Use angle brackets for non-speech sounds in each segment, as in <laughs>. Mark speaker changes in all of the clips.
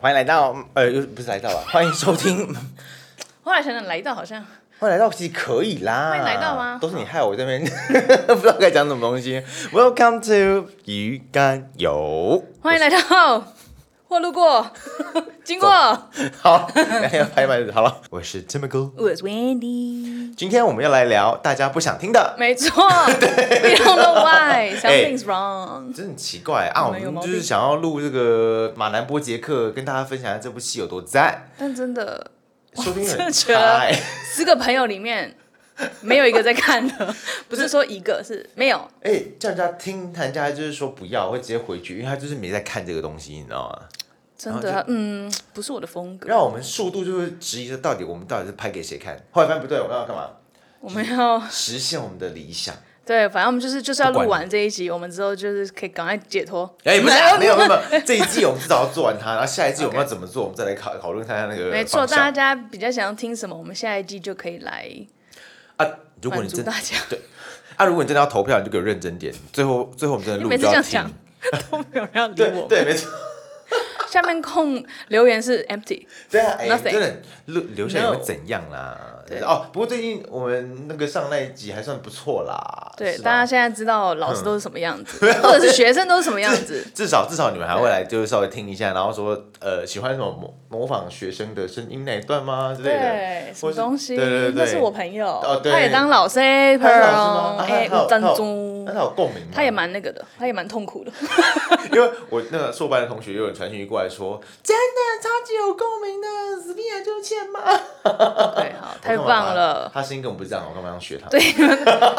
Speaker 1: 欢迎来到呃，又不是来到啊， <laughs> 欢迎收听。
Speaker 2: 后来想想来到好像
Speaker 1: 欢迎来到其实可以啦，
Speaker 2: 欢迎来到啊吗
Speaker 1: 都是你害我这边 <laughs> 不知道该讲什么东西。Welcome to 鱼肝油， <laughs>
Speaker 2: 欢迎来到或路过 <laughs> 经过，
Speaker 1: 好， <laughs> 要拍拍好了，我是 Tim g o
Speaker 2: 我是 Wendy，
Speaker 1: 今天我们要来聊大家不想听的，
Speaker 2: 没错
Speaker 1: <laughs>
Speaker 2: ，We don't know why something's wrong，、
Speaker 1: 真的很奇怪啊！
Speaker 2: 我
Speaker 1: 我
Speaker 2: 们有
Speaker 1: 们
Speaker 2: 毛
Speaker 1: 就
Speaker 2: 病
Speaker 1: 是想要录这个马南波杰克，跟大家分享一下这部戏有多赞，
Speaker 2: 但真的
Speaker 1: 说不定
Speaker 2: 真
Speaker 1: 很
Speaker 2: 的觉得
Speaker 1: 嗨。
Speaker 2: 十个朋友里面没有一个在看
Speaker 1: <laughs>
Speaker 2: 的，不是说一个是没有，
Speaker 1: 哎、叫人家听，人家就是说不要，会直接回绝，因为他就是没在看这个东西，你知道吗？
Speaker 2: 真
Speaker 1: 啊
Speaker 2: 的嗯不是我的风格，
Speaker 1: 让我们速度就是质疑，这到底我们到底是拍给谁看？后来发现不对，我们要干嘛？
Speaker 2: 我们要
Speaker 1: 实现我们的理想。
Speaker 2: <laughs> 对，反正我们就是就是要
Speaker 1: 不管
Speaker 2: 录完这一集，我们之后就是可以赶快解脱，
Speaker 1: 哎、不是啊，没有没有，没有这一季我们至少要做完它，然后下一季我们要怎么做，我们再来考讨论看看那个
Speaker 2: 没错，
Speaker 1: 方向
Speaker 2: 大家比较想要听什么，我们下一季就可以来
Speaker 1: 啊。如果
Speaker 2: 满
Speaker 1: 你
Speaker 2: 足
Speaker 1: 真
Speaker 2: 大家。
Speaker 1: 啊，如果你真的要投票，你就给我认真点。最后最后我们真的录
Speaker 2: 每次
Speaker 1: 就要
Speaker 2: 这样
Speaker 1: 听
Speaker 2: 讲。都没有人要理
Speaker 1: 对
Speaker 2: 我。
Speaker 1: 对，没错，
Speaker 2: 下面空留言是 empty，
Speaker 1: 对啊，哎、
Speaker 2: Nothing
Speaker 1: 真的留留下来
Speaker 2: No
Speaker 1: 会怎样啦？
Speaker 2: 对
Speaker 1: 哦，不过最近我们那个上那一集还算不错啦。
Speaker 2: 对，
Speaker 1: 是吧啊嗯
Speaker 2: 大家现在知道老师都是什么样子， <laughs> 或者是学生都是什么样
Speaker 1: <laughs>
Speaker 2: 子。啊
Speaker 1: 至少至少你们还会来，就是稍微听一下，然后说呃喜欢什么模模仿学生的声音那一段吗之类的。
Speaker 2: 对，什
Speaker 1: 或
Speaker 2: 么
Speaker 1: 是
Speaker 2: 东西？
Speaker 1: 对对对对
Speaker 2: 那是我朋友
Speaker 1: 哦，对
Speaker 2: 他也当老师
Speaker 1: 他是老师吗？啊
Speaker 2: 哎，
Speaker 1: 他有
Speaker 2: 吴珍
Speaker 1: 他有
Speaker 2: 珠
Speaker 1: 那，他有共鸣吗？
Speaker 2: 他也，蛮那个的，他也蛮
Speaker 1: <laughs>
Speaker 2: 痛苦的。
Speaker 1: 因为我那个硕班的同学也有人传讯息过来说，真的超级有共鸣的，死皮眼就是欠骂。
Speaker 2: 对，好，太棒
Speaker 1: 我干嘛把
Speaker 2: 了。
Speaker 1: 他声音根本不是这样，我干嘛要学他？
Speaker 2: 对，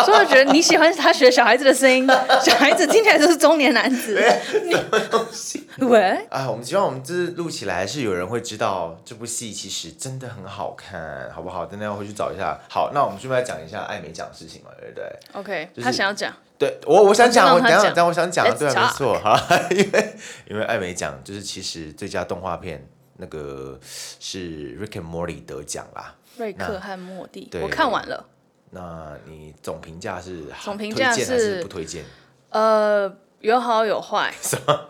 Speaker 2: 所以我觉得你喜欢他学小孩子的声
Speaker 1: <laughs>
Speaker 2: 音，小孩子听起来就是中年男子。
Speaker 1: <laughs>
Speaker 2: 你喂，
Speaker 1: 啊，我们希望我们这次录起来是有人会知道这部戏其实真的很好看，好不好？真的要回去找一下。好，那我们顺便来讲一下艾美奖的事情嘛，对不对？
Speaker 2: ，OK，
Speaker 1: 就是
Speaker 2: 他想要讲，
Speaker 1: 对我，我想讲，
Speaker 2: 我
Speaker 1: 我
Speaker 2: 知道
Speaker 1: 等一
Speaker 2: 他
Speaker 1: 下等一
Speaker 2: 讲
Speaker 1: 下我想讲，
Speaker 2: Let's
Speaker 1: 对啊，没错哈， <laughs> 因为因为艾美奖就是其实最佳动画片那个是 Rick and Morty 得奖啦。
Speaker 2: 瑞克和莫蒂，
Speaker 1: 对
Speaker 2: 我看完了。
Speaker 1: 那你总评价是好
Speaker 2: 总评价
Speaker 1: 推荐还
Speaker 2: 是
Speaker 1: 不推荐？
Speaker 2: 呃，有好有
Speaker 1: <laughs>
Speaker 2: 坏。什么？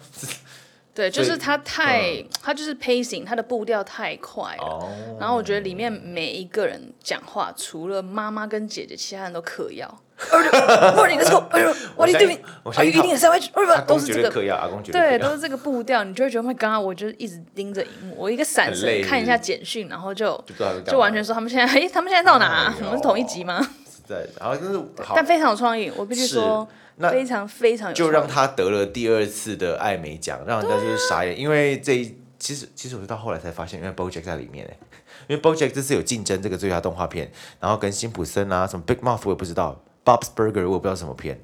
Speaker 2: 对，就是它太，它就是 pacing，它的步调太快了。
Speaker 1: 嗯哦，
Speaker 2: 然后我觉得里面每一个人讲话，除了妈妈跟姐姐，其他人都
Speaker 1: <laughs>
Speaker 2: 嗑药。二六二零的时候，哎呦，我
Speaker 1: 我
Speaker 2: 你
Speaker 1: 相
Speaker 2: 对
Speaker 1: 信
Speaker 2: 面，
Speaker 1: 我相
Speaker 2: 哎呦，
Speaker 1: 信
Speaker 2: 一定的三位，二
Speaker 1: 阿
Speaker 2: 六都
Speaker 1: 公
Speaker 2: 是
Speaker 1: 绝
Speaker 2: 这
Speaker 1: 对
Speaker 2: 个
Speaker 1: 嗑药，啊阿公绝
Speaker 2: 对，
Speaker 1: 对嗑 <laughs>
Speaker 2: 都
Speaker 1: 药。
Speaker 2: 是这个步调，你就会觉得，Oh my God！我就一直盯着荧幕，我一个闪
Speaker 1: 很累
Speaker 2: 神看一
Speaker 1: 是不是
Speaker 2: 下简讯，然后就
Speaker 1: 就不知道在干嘛
Speaker 2: 就完全说他们现在， <laughs> 哎，他们现在到哪
Speaker 1: 哎？呦
Speaker 2: 我们是同一集吗？
Speaker 1: 对，然后但是好，
Speaker 2: 但非常有创意，我必须
Speaker 1: 是
Speaker 2: 说，
Speaker 1: 那
Speaker 2: 非常非常有
Speaker 1: 就
Speaker 2: 创
Speaker 1: 让
Speaker 2: 意
Speaker 1: 他得了第二次的艾美奖，让人家就是傻眼，因为这一其实其实我是到后来才发现，因为 BoJack 在里面哎、因为 BoJack 这次有竞争这个最佳动画片，然后跟辛普森啊什么 Big Mouth 我也不知道，Bob's Burger 我也不知道什么片，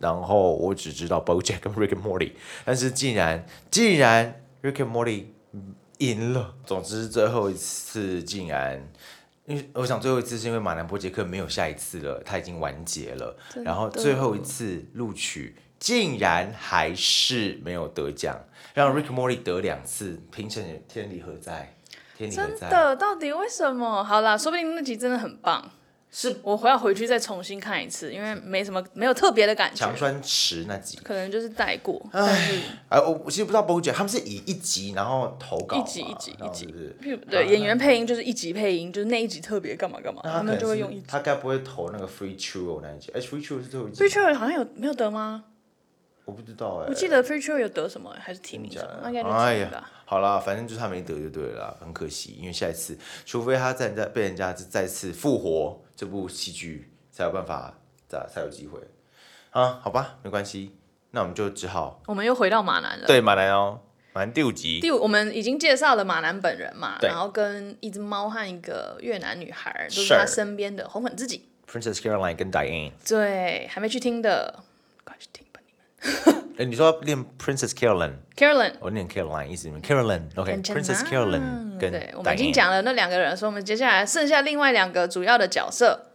Speaker 1: 然后我只知道 BoJack 跟 Rick and Morty，但是竟然竟然 Rick and Morty 赢了，总之最后一次竟然。因为我想最后一次是因为马南波杰克没有下一次了，他已经完结了。
Speaker 2: 真的
Speaker 1: 然后最后一次录取竟然还是没有得奖，让 Rick Morty 得两次，评审也天理何在？天理何
Speaker 2: 真
Speaker 1: 在？
Speaker 2: 的，到底为什么？好啦，说不定那集真的很棒，
Speaker 1: 是
Speaker 2: 我回要回去再重新看一次，因为没什么没有特别的感觉
Speaker 1: 强，栓池那集。
Speaker 2: 可能就是带过。但是
Speaker 1: 哎，我我其实不知道 BoJack 他们是以一集然后投稿嘛
Speaker 2: 一集一集
Speaker 1: 然后是
Speaker 2: 一集
Speaker 1: 不是
Speaker 2: 譬如对演员配音就是一集配音，就是那一集特别干嘛干嘛，
Speaker 1: 那他
Speaker 2: 他
Speaker 1: 可能
Speaker 2: 们
Speaker 1: 是
Speaker 2: 就会用一集。
Speaker 1: 他该不会投那个 Free Churro 那一集？哎，Free Churro 是最后一集
Speaker 2: Free
Speaker 1: 吗，
Speaker 2: Trail 好像有没有得吗？
Speaker 1: 我不知道哎。
Speaker 2: 我记得 Free Trail 有得什么，还是提名什么？那应该就
Speaker 1: 哎
Speaker 2: 是这个
Speaker 1: 呀
Speaker 2: 吧。，
Speaker 1: 好啦，反正就是他没得就对了啦，很可惜，因为下一次，除非他再再被人家再次复活这部戏剧，才有办法，才才有机会啊，好吧，没关系，那我们就只好
Speaker 2: 我们又回到马南了。
Speaker 1: 对马来哦，马来第五集，
Speaker 2: 第五，我们已经介绍了马南本人嘛，
Speaker 1: 对
Speaker 2: 然后跟一只猫和一个越南女孩，都
Speaker 1: 是
Speaker 2: 是他身边的红粉知己。
Speaker 1: Princess Caroline 跟 Diane，
Speaker 2: 对，还没去听的，快去听吧你们。
Speaker 1: 哎、你说要念 Princess Caroline，
Speaker 2: Caroline，
Speaker 1: 我念 Caroline，意思你们 Caroline，OK，Princess、Caroline 跟
Speaker 2: 对，我们已
Speaker 1: Diane
Speaker 2: 经讲了那两个人，所以我们接下来剩下另外两个主要的角色，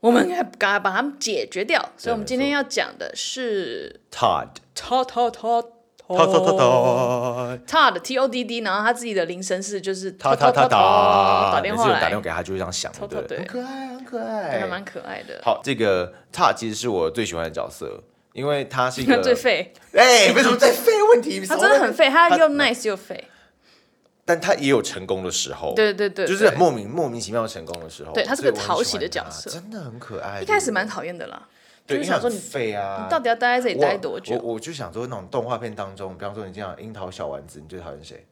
Speaker 2: 我们还赶快把他们解决掉。所以我们今天要讲的是
Speaker 1: Todd。
Speaker 2: Todd Todd Todd
Speaker 1: Todd Todd Todd
Speaker 2: Todd T O D D，然后他自己的铃声是就是
Speaker 1: 他他他
Speaker 2: Todd，Todd，Todd，
Speaker 1: 打，
Speaker 2: 打电话
Speaker 1: 每次有打
Speaker 2: 来
Speaker 1: 电话，给他就会这样响，对不对？
Speaker 2: 对
Speaker 1: 很可爱，很可爱，
Speaker 2: 对还蛮可爱的， <laughs>
Speaker 1: 好，这个 Todd 其实是我最喜欢的角色，因为他是一个
Speaker 2: <laughs> 最废， <laughs>
Speaker 1: 哎，为什么最废？问题
Speaker 2: 他真的很废，他又 nice 又废。
Speaker 1: 但他也有成功的时候，
Speaker 2: 对对对，
Speaker 1: 哦就是很
Speaker 2: 对
Speaker 1: 莫名莫名其妙成功的时候。
Speaker 2: 对他是
Speaker 1: 所以
Speaker 2: 个
Speaker 1: 我很
Speaker 2: 讨
Speaker 1: 喜
Speaker 2: 喜的
Speaker 1: 欢
Speaker 2: 角
Speaker 1: 他
Speaker 2: 色
Speaker 1: 真的很可爱。
Speaker 2: 一开始蛮讨厌的啦，
Speaker 1: 对，
Speaker 2: 就是
Speaker 1: 因为
Speaker 2: 想说
Speaker 1: 很
Speaker 2: 你
Speaker 1: 废啊，
Speaker 2: 你到底要待在这里
Speaker 1: 我
Speaker 2: 待多久？
Speaker 1: 我我就想说，那种动画片当中，比方说你这样樱桃小丸子，你最讨厌
Speaker 2: <laughs>
Speaker 1: 谁？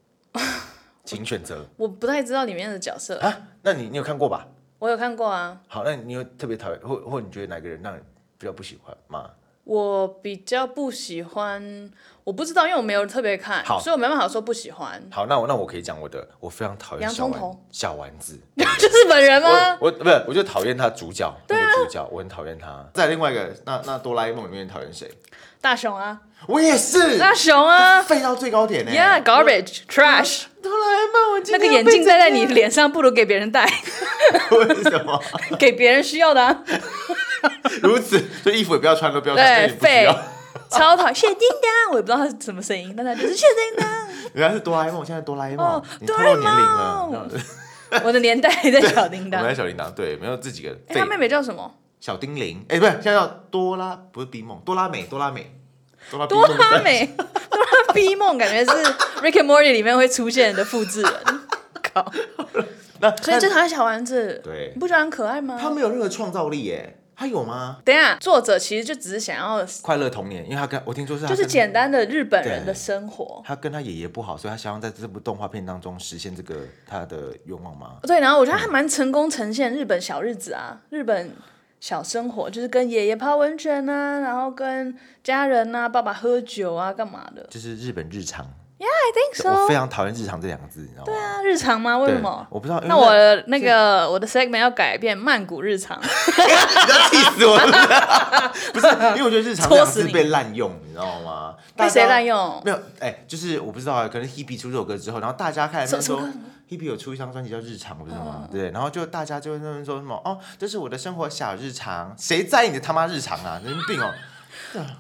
Speaker 1: 请选择
Speaker 2: 我不太知道里面的角色，
Speaker 1: 啊？那你你有看过吧？
Speaker 2: 我有看过啊。
Speaker 1: 好，那你有特别讨厌，或或你觉得哪个人让你比较不喜欢吗？
Speaker 2: 我比较不喜欢，我不知道，因为我没有特别看，
Speaker 1: 好
Speaker 2: 所以我没办法说不喜欢。 <laughs>
Speaker 1: 好，那我那我可以讲我的，我非常讨厌
Speaker 2: 洋
Speaker 1: 小
Speaker 2: 葱
Speaker 1: 丸
Speaker 2: 头
Speaker 1: 小丸
Speaker 2: <laughs>
Speaker 1: 子。
Speaker 2: 就是本人吗？
Speaker 1: 我我不是，我就讨厌他主角，那
Speaker 2: 啊
Speaker 1: 个主角，我很讨厌他。在另外一个，那那哆啦 A 梦里面讨厌谁？
Speaker 2: 大雄啊，
Speaker 1: 我也是，
Speaker 2: 大雄啊
Speaker 1: 废到最高点呢。
Speaker 2: ，Yeah garbage trash，
Speaker 1: 哆啦 A 哎梦，我今
Speaker 2: 那
Speaker 1: 天
Speaker 2: 个眼镜戴在你脸上，不如给别人戴， <laughs>
Speaker 1: 为什么 <laughs>
Speaker 2: 给别人需要的、啊。
Speaker 1: 如此？所以衣服也不要穿，都不要穿，
Speaker 2: 对
Speaker 1: 也，不需
Speaker 2: 哎废
Speaker 1: 要。，
Speaker 2: 超讨厌。谢叮当，我也不知道他是什么声音，但他就是谢
Speaker 1: <laughs>
Speaker 2: 叮当。
Speaker 1: 原来是哆啦 A 梦，现在哆啦 A 梦
Speaker 2: 哦，
Speaker 1: 你透露年龄了
Speaker 2: 哆啦 A 梦。
Speaker 1: 那种
Speaker 2: 我的年代还在小叮
Speaker 1: 我们
Speaker 2: 当。
Speaker 1: 在
Speaker 2: 哎、
Speaker 1: 小铃铛，对，没有这几个废
Speaker 2: 他妹妹叫什么？
Speaker 1: 小叮铃，哎，不是，现在叫哆啦，不是 B 梦，哆啦美，哆啦美，哆啦 B
Speaker 2: 多
Speaker 1: 梦
Speaker 2: 拉美， <laughs> 多拉 B 梦，感觉是 Rick and Morty 里面会出现的复制人。靠，
Speaker 1: 那
Speaker 2: <laughs> 所以
Speaker 1: 那
Speaker 2: 这才是小丸子。
Speaker 1: 对
Speaker 2: 你不觉得很可爱吗？
Speaker 1: 他没有任何创造力耶，他有吗？
Speaker 2: 等一下，作者其实就只是想要，
Speaker 1: 快乐童年，因为他跟我听说是他
Speaker 2: 就是
Speaker 1: 跟
Speaker 2: 简单的日本人的生活。
Speaker 1: 他跟他爷爷不好，所以他希望在这部动画片当中实现这个他的愿望吗？
Speaker 2: 对，然后我觉得还蛮成功呈现日本小日子啊，日本小生活，就是跟爷爷泡温泉啊，然后跟家人啊、爸爸喝酒啊，干嘛的
Speaker 1: 就是日本日常，
Speaker 2: ？I think
Speaker 1: 我
Speaker 2: so
Speaker 1: 非。常讨厌“日常”这两个字，你知道吗？对
Speaker 2: 啊，日常吗？为什么？
Speaker 1: 我不知道。因为
Speaker 2: 那我那个我的 segment 要改变曼谷日
Speaker 1: <laughs>
Speaker 2: 常。
Speaker 1: 你要气死我了！ <laughs> 不是，因为我觉得“日常”这两个字被滥用，你知道吗？
Speaker 2: <laughs> 被谁滥
Speaker 1: 用？
Speaker 2: 用？
Speaker 1: 没有，哎、就是我不知道啊，可能 Hebe 出这首歌之后，然后大家开始在那边
Speaker 2: 什么嗯
Speaker 1: 说 Hebe 有出一张专辑叫《日常》，不是吗？对，然后就大家就会在那边说什么哦，这是我的生活小日常，谁在意你的他妈日常啊？ <laughs> 人病哦！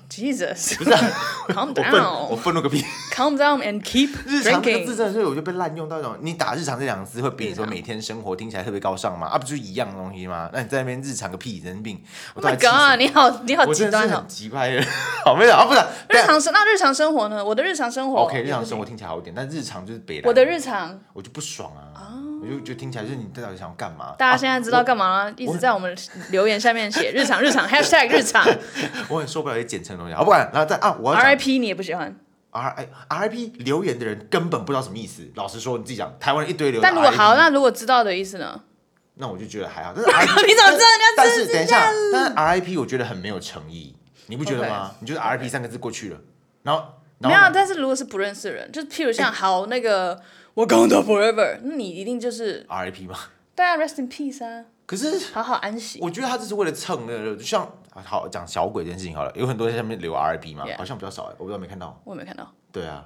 Speaker 2: Jesus，
Speaker 1: 不是、啊，
Speaker 2: <laughs> calm
Speaker 1: <laughs> 我愤，我
Speaker 2: down,
Speaker 1: 愤怒个
Speaker 2: <laughs>
Speaker 1: 屁！
Speaker 2: calm down and keep
Speaker 1: 日常这个字
Speaker 2: drinking。
Speaker 1: 真的是，我就被滥用到一种，你打“日常”这两个字会比你
Speaker 2: 啊
Speaker 1: 说每天生活听起来特别高尚吗？啊，不就是一样的东西吗？那你在那边日常个屁，人病！我
Speaker 2: Oh
Speaker 1: 到
Speaker 2: my
Speaker 1: 底气死了
Speaker 2: god，你好，你好
Speaker 1: 我
Speaker 2: 极
Speaker 1: 真的
Speaker 2: 端
Speaker 1: 是
Speaker 2: 哦
Speaker 1: 很。急拍人，好没有啊，不是 <laughs>
Speaker 2: 日
Speaker 1: 但
Speaker 2: 常生那日常生活呢？我的日常生活
Speaker 1: OK，日常生活听起来好一点，但日常就是北兰
Speaker 2: 我的日常，
Speaker 1: 我就不爽啊，我就就听起来就是你到底想要干嘛？
Speaker 2: 哦大家
Speaker 1: 啊
Speaker 2: 现在知道干嘛了？一直在我们留言下面
Speaker 1: <laughs>
Speaker 2: 写日常日常 hashtag 日常
Speaker 1: 我很受不了一简称的东西，好不管，然后再啊， <laughs> 我要讲
Speaker 2: RIP 你也不喜欢，
Speaker 1: R I R I P 留言的人根本不知道什么意思，老实说你自己讲，台湾人一堆留言，
Speaker 2: 但如果
Speaker 1: RIP
Speaker 2: 好，那如果知道的意思呢？
Speaker 1: 那我就觉得还好， <laughs> 但是
Speaker 2: <laughs>
Speaker 1: RIP
Speaker 2: 你怎么知道人家
Speaker 1: 但
Speaker 2: 真
Speaker 1: 是
Speaker 2: 的
Speaker 1: 等一下，但是 R I P 我觉得很没有诚意，你不觉得吗？你就是 R I P 三个字过去了，然后
Speaker 2: 没
Speaker 1: 然
Speaker 2: 有啊
Speaker 1: 后，呢
Speaker 2: 但是如果是不认识的人，就譬
Speaker 1: <laughs>
Speaker 2: 如像好那个我 gone to forever，那你一定就是
Speaker 1: R I P 吗？ <laughs>
Speaker 2: 大家 rest in peace 啊，
Speaker 1: 可是
Speaker 2: 好好安息。
Speaker 1: 我觉得他这是为了蹭那个，就像啊好讲小鬼这件事情好了，有很多人在下面留 RIP 嘛
Speaker 2: Yeah
Speaker 1: 好像比较少、欸，我不知道没看到。
Speaker 2: 我也没看到。
Speaker 1: 对啊，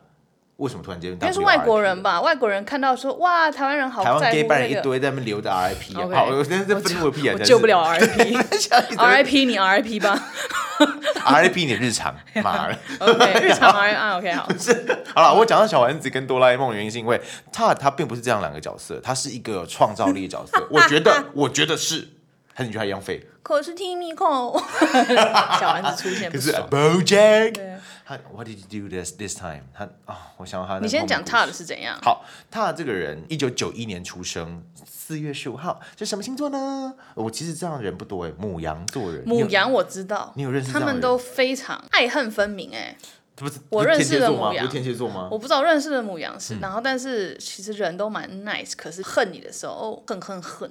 Speaker 1: 为什么突然间？应
Speaker 2: 应该是外国人。吧？外国人看到说哇，台湾人好
Speaker 1: 台湾
Speaker 2: 在
Speaker 1: gay
Speaker 2: 乎
Speaker 1: 班人
Speaker 2: 那
Speaker 1: 一
Speaker 2: 个，
Speaker 1: 堆在那边留的 RIP，啊
Speaker 2: OK
Speaker 1: 好，我真是愤怒个屁啊！真
Speaker 2: 我
Speaker 1: 是
Speaker 2: 救不了
Speaker 1: <laughs>
Speaker 2: RIP。
Speaker 1: RIP，RIP <laughs>
Speaker 2: RIP 你 RIP 吧
Speaker 1: 你的日常，
Speaker 2: <laughs>
Speaker 1: 妈的！
Speaker 2: ，OK，日常 RIP 啊 OK 好，
Speaker 1: 好了，我讲到小丸子跟哆啦 A 梦的原因是因为他他并不是这样两个角色，他是一个有创造力的角色。我觉
Speaker 2: <laughs>
Speaker 1: 得，我觉得是，和你觉得他一样废。
Speaker 2: 可是听 Miko <laughs> 小丸子出现不
Speaker 1: 可是
Speaker 2: 爽。
Speaker 1: BoJack，
Speaker 2: 对
Speaker 1: 他 What did you do this this time？他啊、我想到他那个
Speaker 2: 你先讲
Speaker 1: 后面的故事
Speaker 2: Todd 是怎样？
Speaker 1: 好，他这个人一九九一年出生，四月十五号，这什么星座呢？我其实这样的人不多哎，母羊座人，你
Speaker 2: 母
Speaker 1: 有
Speaker 2: 羊我知道，
Speaker 1: 你有认识
Speaker 2: 他
Speaker 1: 这样
Speaker 2: 们
Speaker 1: 的
Speaker 2: 都非常爱恨分明哎、
Speaker 1: 不是
Speaker 2: 我
Speaker 1: 不是
Speaker 2: 认识
Speaker 1: 天蝎
Speaker 2: 的
Speaker 1: 座
Speaker 2: 母
Speaker 1: 吗？不
Speaker 2: 羊
Speaker 1: 是天蝎座吗？
Speaker 2: 我不知道我认识的母羊是，然后但是其实人都蛮 nice，可是恨你的时候哦，恨恨恨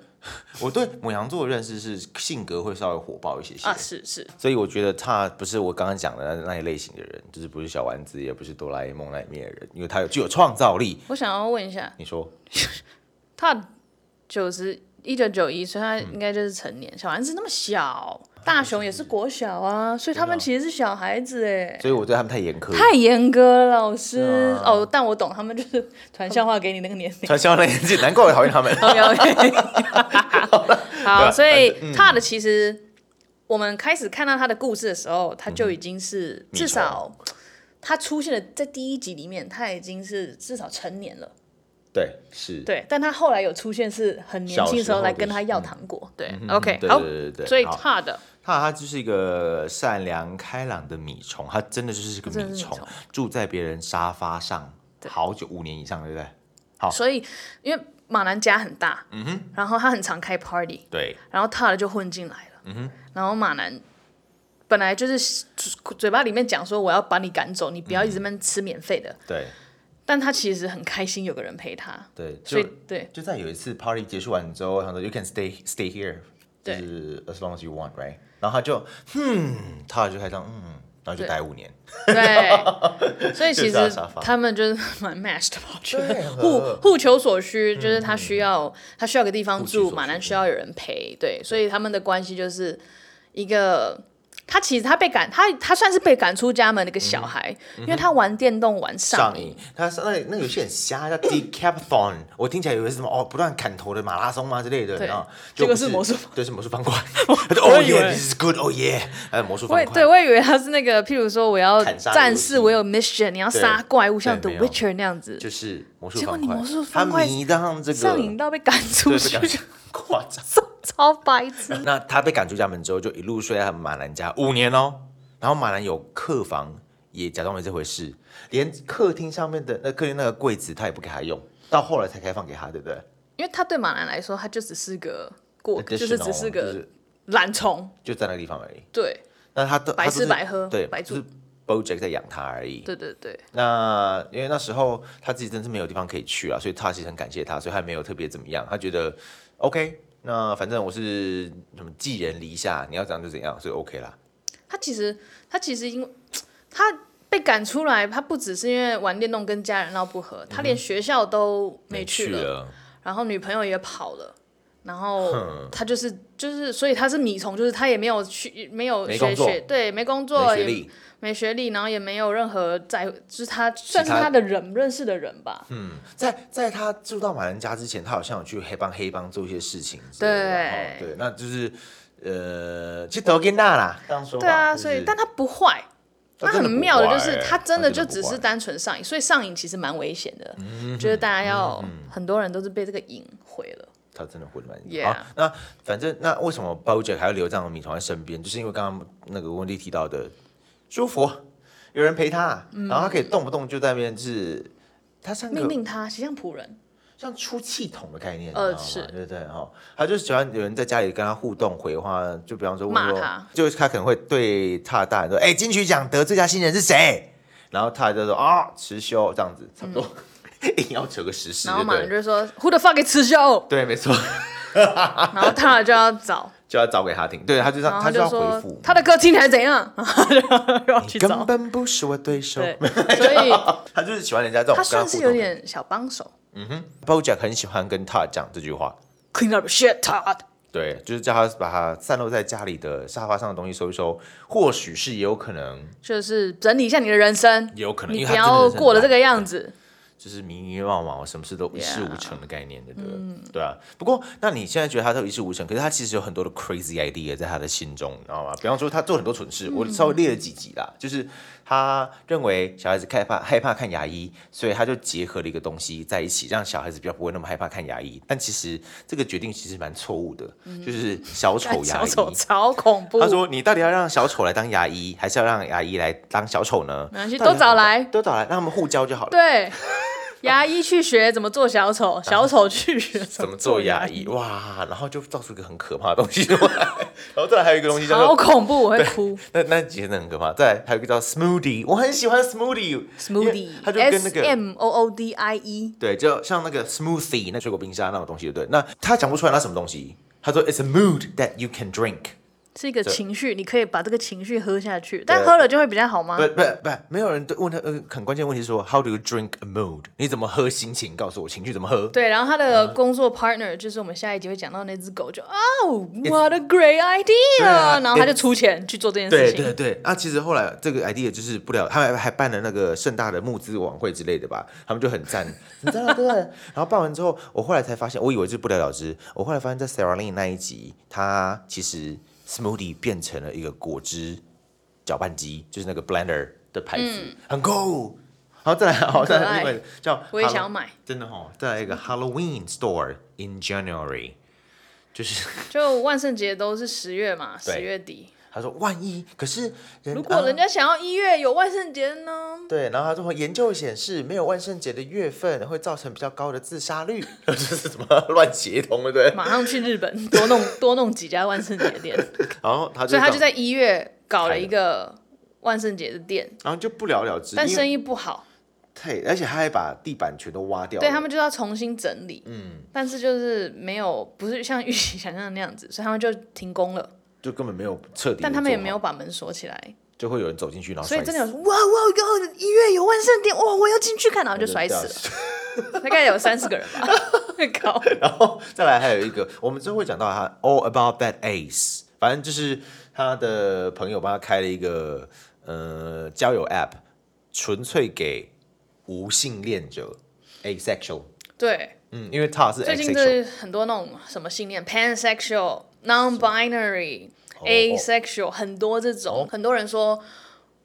Speaker 1: 我对母羊座的认识是性格会稍微火爆一些些。
Speaker 2: 啊，是是，
Speaker 1: 所以我觉得他不是我刚刚讲的那那一类型的人，就是不是小丸子，也不是哆啦 A 梦那里面的人，因为他有具有创造力。
Speaker 2: 我想要问一下，
Speaker 1: 你说
Speaker 2: 他九十一九九一，所以他应该就是成年。嗯小丸子那么小，大雄也是国小啊，所以他们其实是小孩子哎，
Speaker 1: 所以我对他们太严苛了，
Speaker 2: 太严格了，老师、哦。但我懂，他们就是传笑话给你那个年龄。
Speaker 1: 传销那年纪，难怪我讨厌他们。 <laughs>
Speaker 2: OK OK，好，所以
Speaker 1: 嗯
Speaker 2: 他的其实我们开始看到他的故事的时候，他就已经是
Speaker 1: 嗯
Speaker 2: 至少他出现的在第一集里面，他已经是至少成年了。
Speaker 1: 对，是，
Speaker 2: 对，但他后来有出现是很年轻的时候来跟他要糖果。对，OK，
Speaker 1: 嗯对
Speaker 2: 好
Speaker 1: 对对对，
Speaker 2: 所以
Speaker 1: 好
Speaker 2: 差的
Speaker 1: 他他就是一个善良开朗的米虫，他真的就是个
Speaker 2: 真的
Speaker 1: 米
Speaker 2: 是米
Speaker 1: 虫
Speaker 2: 虫，
Speaker 1: 住在别人沙发上好久，五年以上，对不对？好
Speaker 2: 所以因为马兰家很大，嗯哼，然后他很常开 party，
Speaker 1: 对，
Speaker 2: 然后 Todd 就混进来了，嗯哼，然后马兰本来就是嘴巴里面讲说我要把你赶走，你不要一直在那边吃免费的，
Speaker 1: 对，
Speaker 2: 但他其实很开心有个人陪他，
Speaker 1: 对，
Speaker 2: 所以
Speaker 1: 就
Speaker 2: 对
Speaker 1: 就在有一次 party 结束完之后，他说 You can stay stay here，就
Speaker 2: 对
Speaker 1: 是 as long as you want, right？然后他就嗯，他就开始这样嗯，然后就
Speaker 2: 对
Speaker 1: 待五年，<laughs>
Speaker 2: 对，所以
Speaker 1: 就是
Speaker 2: 其
Speaker 1: 他的
Speaker 2: 实
Speaker 1: 沙发
Speaker 2: 他们就是蛮 match 的吧，我觉
Speaker 1: 对
Speaker 2: 得
Speaker 1: 很
Speaker 2: 互
Speaker 1: 合嗯
Speaker 2: 互求所需，就是他需要他需要个地方
Speaker 1: 互取所
Speaker 2: 住，
Speaker 1: 需
Speaker 2: 马兰需要有人陪，对，所以他们的关系就是一个。他其实他被赶，他他算是被赶出家门的一个小孩，
Speaker 1: 嗯
Speaker 2: 因为他玩电动玩上
Speaker 1: 上
Speaker 2: 瘾
Speaker 1: 瘾。。他是那个那个游戏很瞎，
Speaker 2: <laughs>
Speaker 1: 叫 Decapathon，我听起来以为是什么哦，不断砍头的马拉松吗之类的。
Speaker 2: 对
Speaker 1: 然后
Speaker 2: 这
Speaker 1: 就
Speaker 2: 个
Speaker 1: 不
Speaker 2: 是魔术，
Speaker 1: 对，是魔术方
Speaker 2: <laughs>
Speaker 1: 块。他就 Oh
Speaker 2: 以为
Speaker 1: yeah, this is good. Oh yeah，呃，魔术
Speaker 2: 我
Speaker 1: 方
Speaker 2: 也
Speaker 1: 块。
Speaker 2: 对我也以为他是那个，譬如说我要
Speaker 1: 砍杀游戏
Speaker 2: 战士，我有 mission，你要杀怪物，像
Speaker 1: 对
Speaker 2: The
Speaker 1: 没有
Speaker 2: Witcher 那样子，
Speaker 1: 就是魔术
Speaker 2: 结果
Speaker 1: 方
Speaker 2: 你
Speaker 1: 块，
Speaker 2: 魔术
Speaker 1: 他
Speaker 2: 方块
Speaker 1: 迷上这个
Speaker 2: 上瘾到被赶出
Speaker 1: 对被
Speaker 2: 去
Speaker 1: 赶，出 <laughs> 夸张。
Speaker 2: 超白痴。
Speaker 1: 那他被赶出家门之后，就一路睡在他们马兰家五年哦。然后马兰有客房，也假装没这回事，连客厅上面的那客厅那个柜子他也不给他用，到后来才开放给他，对不对？
Speaker 2: 因为他对马兰来说，他就只是个过，就是只是
Speaker 1: Additional，就
Speaker 2: 个
Speaker 1: 是
Speaker 2: 懒虫，
Speaker 1: 就在那个地方而已。
Speaker 2: 对
Speaker 1: 那他都
Speaker 2: 白
Speaker 1: 他都
Speaker 2: 吃
Speaker 1: 是
Speaker 2: 白喝
Speaker 1: 对，
Speaker 2: 白
Speaker 1: 就
Speaker 2: 住
Speaker 1: 是 BoJack 在养他而已。
Speaker 2: 对对对，
Speaker 1: 那因为那时候他自己真是没有地方可以去啊，所以他其实很感谢他，所以他也没有特别怎么样，他觉得 OK，那反正我是什么寄人篱下，你要怎样就怎样，所以 OK 啦。
Speaker 2: 他其实他其实因为他被赶出来，他不只是因为玩电动跟家人闹不和，
Speaker 1: 嗯
Speaker 2: 他连学校都没去了，
Speaker 1: 了，
Speaker 2: 然后女朋友也跑了。然后他就是就是，所以他是米虫，就是他也没有去，没有
Speaker 1: 没
Speaker 2: 学
Speaker 1: 工作
Speaker 2: 学，对，没工作，
Speaker 1: 没学
Speaker 2: 也
Speaker 1: 历，
Speaker 2: 没学历，然后也没有任何在，就是他算是
Speaker 1: 他嗯
Speaker 2: 他的人认识的人吧，
Speaker 1: 在在他住到马人家之前，他好像有去黑帮黑帮做一些事情之类
Speaker 2: 对
Speaker 1: 的。哦对，那就是呃，去德金娜啦，这样说吧
Speaker 2: 对啊，
Speaker 1: 就是
Speaker 2: 所以但他不坏，
Speaker 1: 他
Speaker 2: 他
Speaker 1: 真的
Speaker 2: 很
Speaker 1: 不
Speaker 2: 妙的就
Speaker 1: 坏
Speaker 2: 是
Speaker 1: 欸
Speaker 2: 他真的就只
Speaker 1: 不
Speaker 2: 是
Speaker 1: 坏嗯
Speaker 2: 单纯上瘾，所以上瘾其实蛮危险的，就是大家要很多人都是被这个瘾毁了。
Speaker 1: 他真的混乱。
Speaker 2: Yeah
Speaker 1: 好，那反正那为什么 BoJack 还要留这样的米虫在身边？就是因为刚刚那个温蒂提到的舒服，有人陪他，
Speaker 2: 嗯
Speaker 1: 然后他可以动不动就在那边就是。他像
Speaker 2: 命
Speaker 1: 个
Speaker 2: 令他，其实像仆人，
Speaker 1: 像出气筒的概念，
Speaker 2: 呃
Speaker 1: 你知道吗
Speaker 2: 是
Speaker 1: 对不对？哈，他就喜欢有人在家里跟他互动回话，就比方说
Speaker 2: 骂
Speaker 1: 问说
Speaker 2: 他，
Speaker 1: 就是他可能会对他的大人说：“哎，金曲奖得最佳新人是谁？”然后他就说：“啊，持修这样子，差不多， <laughs> 硬要扯个实事，
Speaker 2: 嗯然后
Speaker 1: 对不
Speaker 2: 马人
Speaker 1: 对？”
Speaker 2: 就说 Who the fuck is 刺绣？
Speaker 1: 对，没错，
Speaker 2: 然后他就要找，
Speaker 1: 就要找给他听，对，他就让 <laughs>
Speaker 2: 然后
Speaker 1: 他
Speaker 2: 他
Speaker 1: 就要
Speaker 2: 就
Speaker 1: 回
Speaker 2: 说
Speaker 1: 复，
Speaker 2: 他的歌听起来怎样？ <laughs> 然后就要去
Speaker 1: 你根
Speaker 2: 找。
Speaker 1: 本不是我对手，
Speaker 2: 对，所以
Speaker 1: <laughs> 他就是喜欢人家这种
Speaker 2: 他
Speaker 1: 跟他
Speaker 2: 算
Speaker 1: 互
Speaker 2: 是
Speaker 1: 动
Speaker 2: 有
Speaker 1: 的。
Speaker 2: 点小帮手。
Speaker 1: BoJack 很喜欢跟他讲这句话，
Speaker 2: Clean up shit, Todd。
Speaker 1: 对，就是叫他把他散落在家里的沙发上的东西收一收，或许是也有可能，
Speaker 2: 就是整理一下你的人生，
Speaker 1: 也有可能
Speaker 2: 你
Speaker 1: 因为
Speaker 2: 不
Speaker 1: 他真的
Speaker 2: 要
Speaker 1: 是很
Speaker 2: 过了
Speaker 1: 懒
Speaker 2: 这个样子。
Speaker 1: 就是迷迷惘惘，什么事都一事
Speaker 2: Yeah 嗯
Speaker 1: 无成的概念，对不对？对啊。不过，那你现在觉得他都一事无成，可是他其实有很多的 crazy idea 在他的心中，你知道吗？比方说，他做很多蠢
Speaker 2: 嗯
Speaker 1: 事，我稍微列了几集啦，就是他认为小孩子害怕害怕看牙医，所以他就结合了一个东西在一起，让小孩子比较不会那么害怕看牙医。但其实这个决定其实蛮错误的，就是小丑牙
Speaker 2: 嗯 <laughs> 小
Speaker 1: 医。
Speaker 2: 丑超恐怖。
Speaker 1: 他说：“你到底要让小丑来当牙医，还是要让牙医来当小丑呢？
Speaker 2: 没关系
Speaker 1: 到底
Speaker 2: 都找来
Speaker 1: 都找来，让他们互交就好了。”
Speaker 2: 对，牙医去学怎么做
Speaker 1: <laughs>
Speaker 2: 小丑，小丑去学
Speaker 1: 怎
Speaker 2: 怎
Speaker 1: 么做牙
Speaker 2: 牙
Speaker 1: 医？哇，然后就造出一个很可怕的东西出来， <laughs> 然后再来还有一个东西叫
Speaker 2: 好
Speaker 1: 做
Speaker 2: 恐怖，我会哭。
Speaker 1: 那那集真的很可怕，再来还有一个叫 smoothie，我很喜欢 smoothie，因为
Speaker 2: Smoothie，
Speaker 1: 它就跟那
Speaker 2: S
Speaker 1: 个
Speaker 2: M O O D I E，
Speaker 1: 对，就像那个 smoothie 那水果冰沙那种东西，对不对？那他讲不出来那什么东西，他说 it's a mood that you can drink，
Speaker 2: 是一个情绪，你可以把这个情绪喝下去，但喝了就会比较好吗
Speaker 1: 不？不不，没有人对问他呃很关键的问题是说 how do you drink a mood？你怎么喝心情？告诉我情绪怎么喝？
Speaker 2: 对，然后他
Speaker 1: 啊
Speaker 2: 的工作 partner 就是我们下一集会讲到那只狗，就哦，what a great idea，
Speaker 1: 对啊
Speaker 2: 然后他就
Speaker 1: it's-
Speaker 2: 出钱去做这件
Speaker 1: 对
Speaker 2: 事
Speaker 1: 对
Speaker 2: 情。
Speaker 1: 对，那、其实后来这个 idea 就是不了，他们还办了那个盛大的募资晚会之类的吧，他们就很
Speaker 2: <laughs>
Speaker 1: 赞，很赞啊，对。然后办完之后，我后来才发现，我以为就是不了了之，我后来发现，在 Sarah Lynn 那一集，他其实 smoothie 变成了一个果汁搅拌机，就是那个 blender 的牌子，
Speaker 2: 嗯
Speaker 1: 很酷。然后再来，好，再来另外一个叫，
Speaker 2: 我也想要买，嗯
Speaker 1: 真的哦，再来一个 Halloween store in January，就是。 <laughs>
Speaker 2: 就万圣节都是十月嘛，
Speaker 1: 对
Speaker 2: 十月底，
Speaker 1: 他说万一，可是人
Speaker 2: 如果
Speaker 1: 啊
Speaker 2: 人家想要一月有万圣节呢？
Speaker 1: 对，然后他说研究显示，没有万圣节的月份会造成比较高的自杀率， <laughs> 这是什么乱协同，对不对？
Speaker 2: 马上去
Speaker 1: <laughs>
Speaker 2: 日本多弄多弄几家万圣节店，
Speaker 1: 然后 <laughs> 他就
Speaker 2: 所以他
Speaker 1: 这样，
Speaker 2: 就在一月搞了一个万圣节的店，
Speaker 1: 然后就不了了之，
Speaker 2: 但
Speaker 1: 因为
Speaker 2: 生意不好，
Speaker 1: 对，而且他还把地板全都挖掉了，
Speaker 2: 对他们就要重新整理。嗯，但是就是没有不是像预期想象的那样子，所以他们就停工了。
Speaker 1: 就根本没有彻底，
Speaker 2: 但他们也没有，把门锁起来，
Speaker 1: 就会有人走进去，然后
Speaker 2: 所以
Speaker 1: 摔
Speaker 2: 真的
Speaker 1: 死
Speaker 2: 有哇哇哇！一月有万圣节，哇，我要进去看，然后就
Speaker 1: 就
Speaker 2: 摔死
Speaker 1: 掉
Speaker 2: 了，大概有三十个人吧，靠！
Speaker 1: <laughs> 然后再来还有一个，我们之后会讲到他 All About That Ace，反正就是他的朋友帮他开了一个呃交友 App，纯粹给无性恋者 asexual。
Speaker 2: 对，
Speaker 1: 嗯，因为他是
Speaker 2: 最近
Speaker 1: asexual，
Speaker 2: 这很多那种什么信念，pansexual、non-binary、asexual，很多这种，很多人说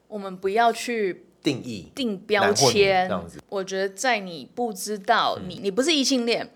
Speaker 2: 我们不要去
Speaker 1: 定义
Speaker 2: 定
Speaker 1: 男
Speaker 2: 标
Speaker 1: 或女
Speaker 2: 签
Speaker 1: 这样子。嗯
Speaker 2: 我觉得在你不知道你你不是异性恋，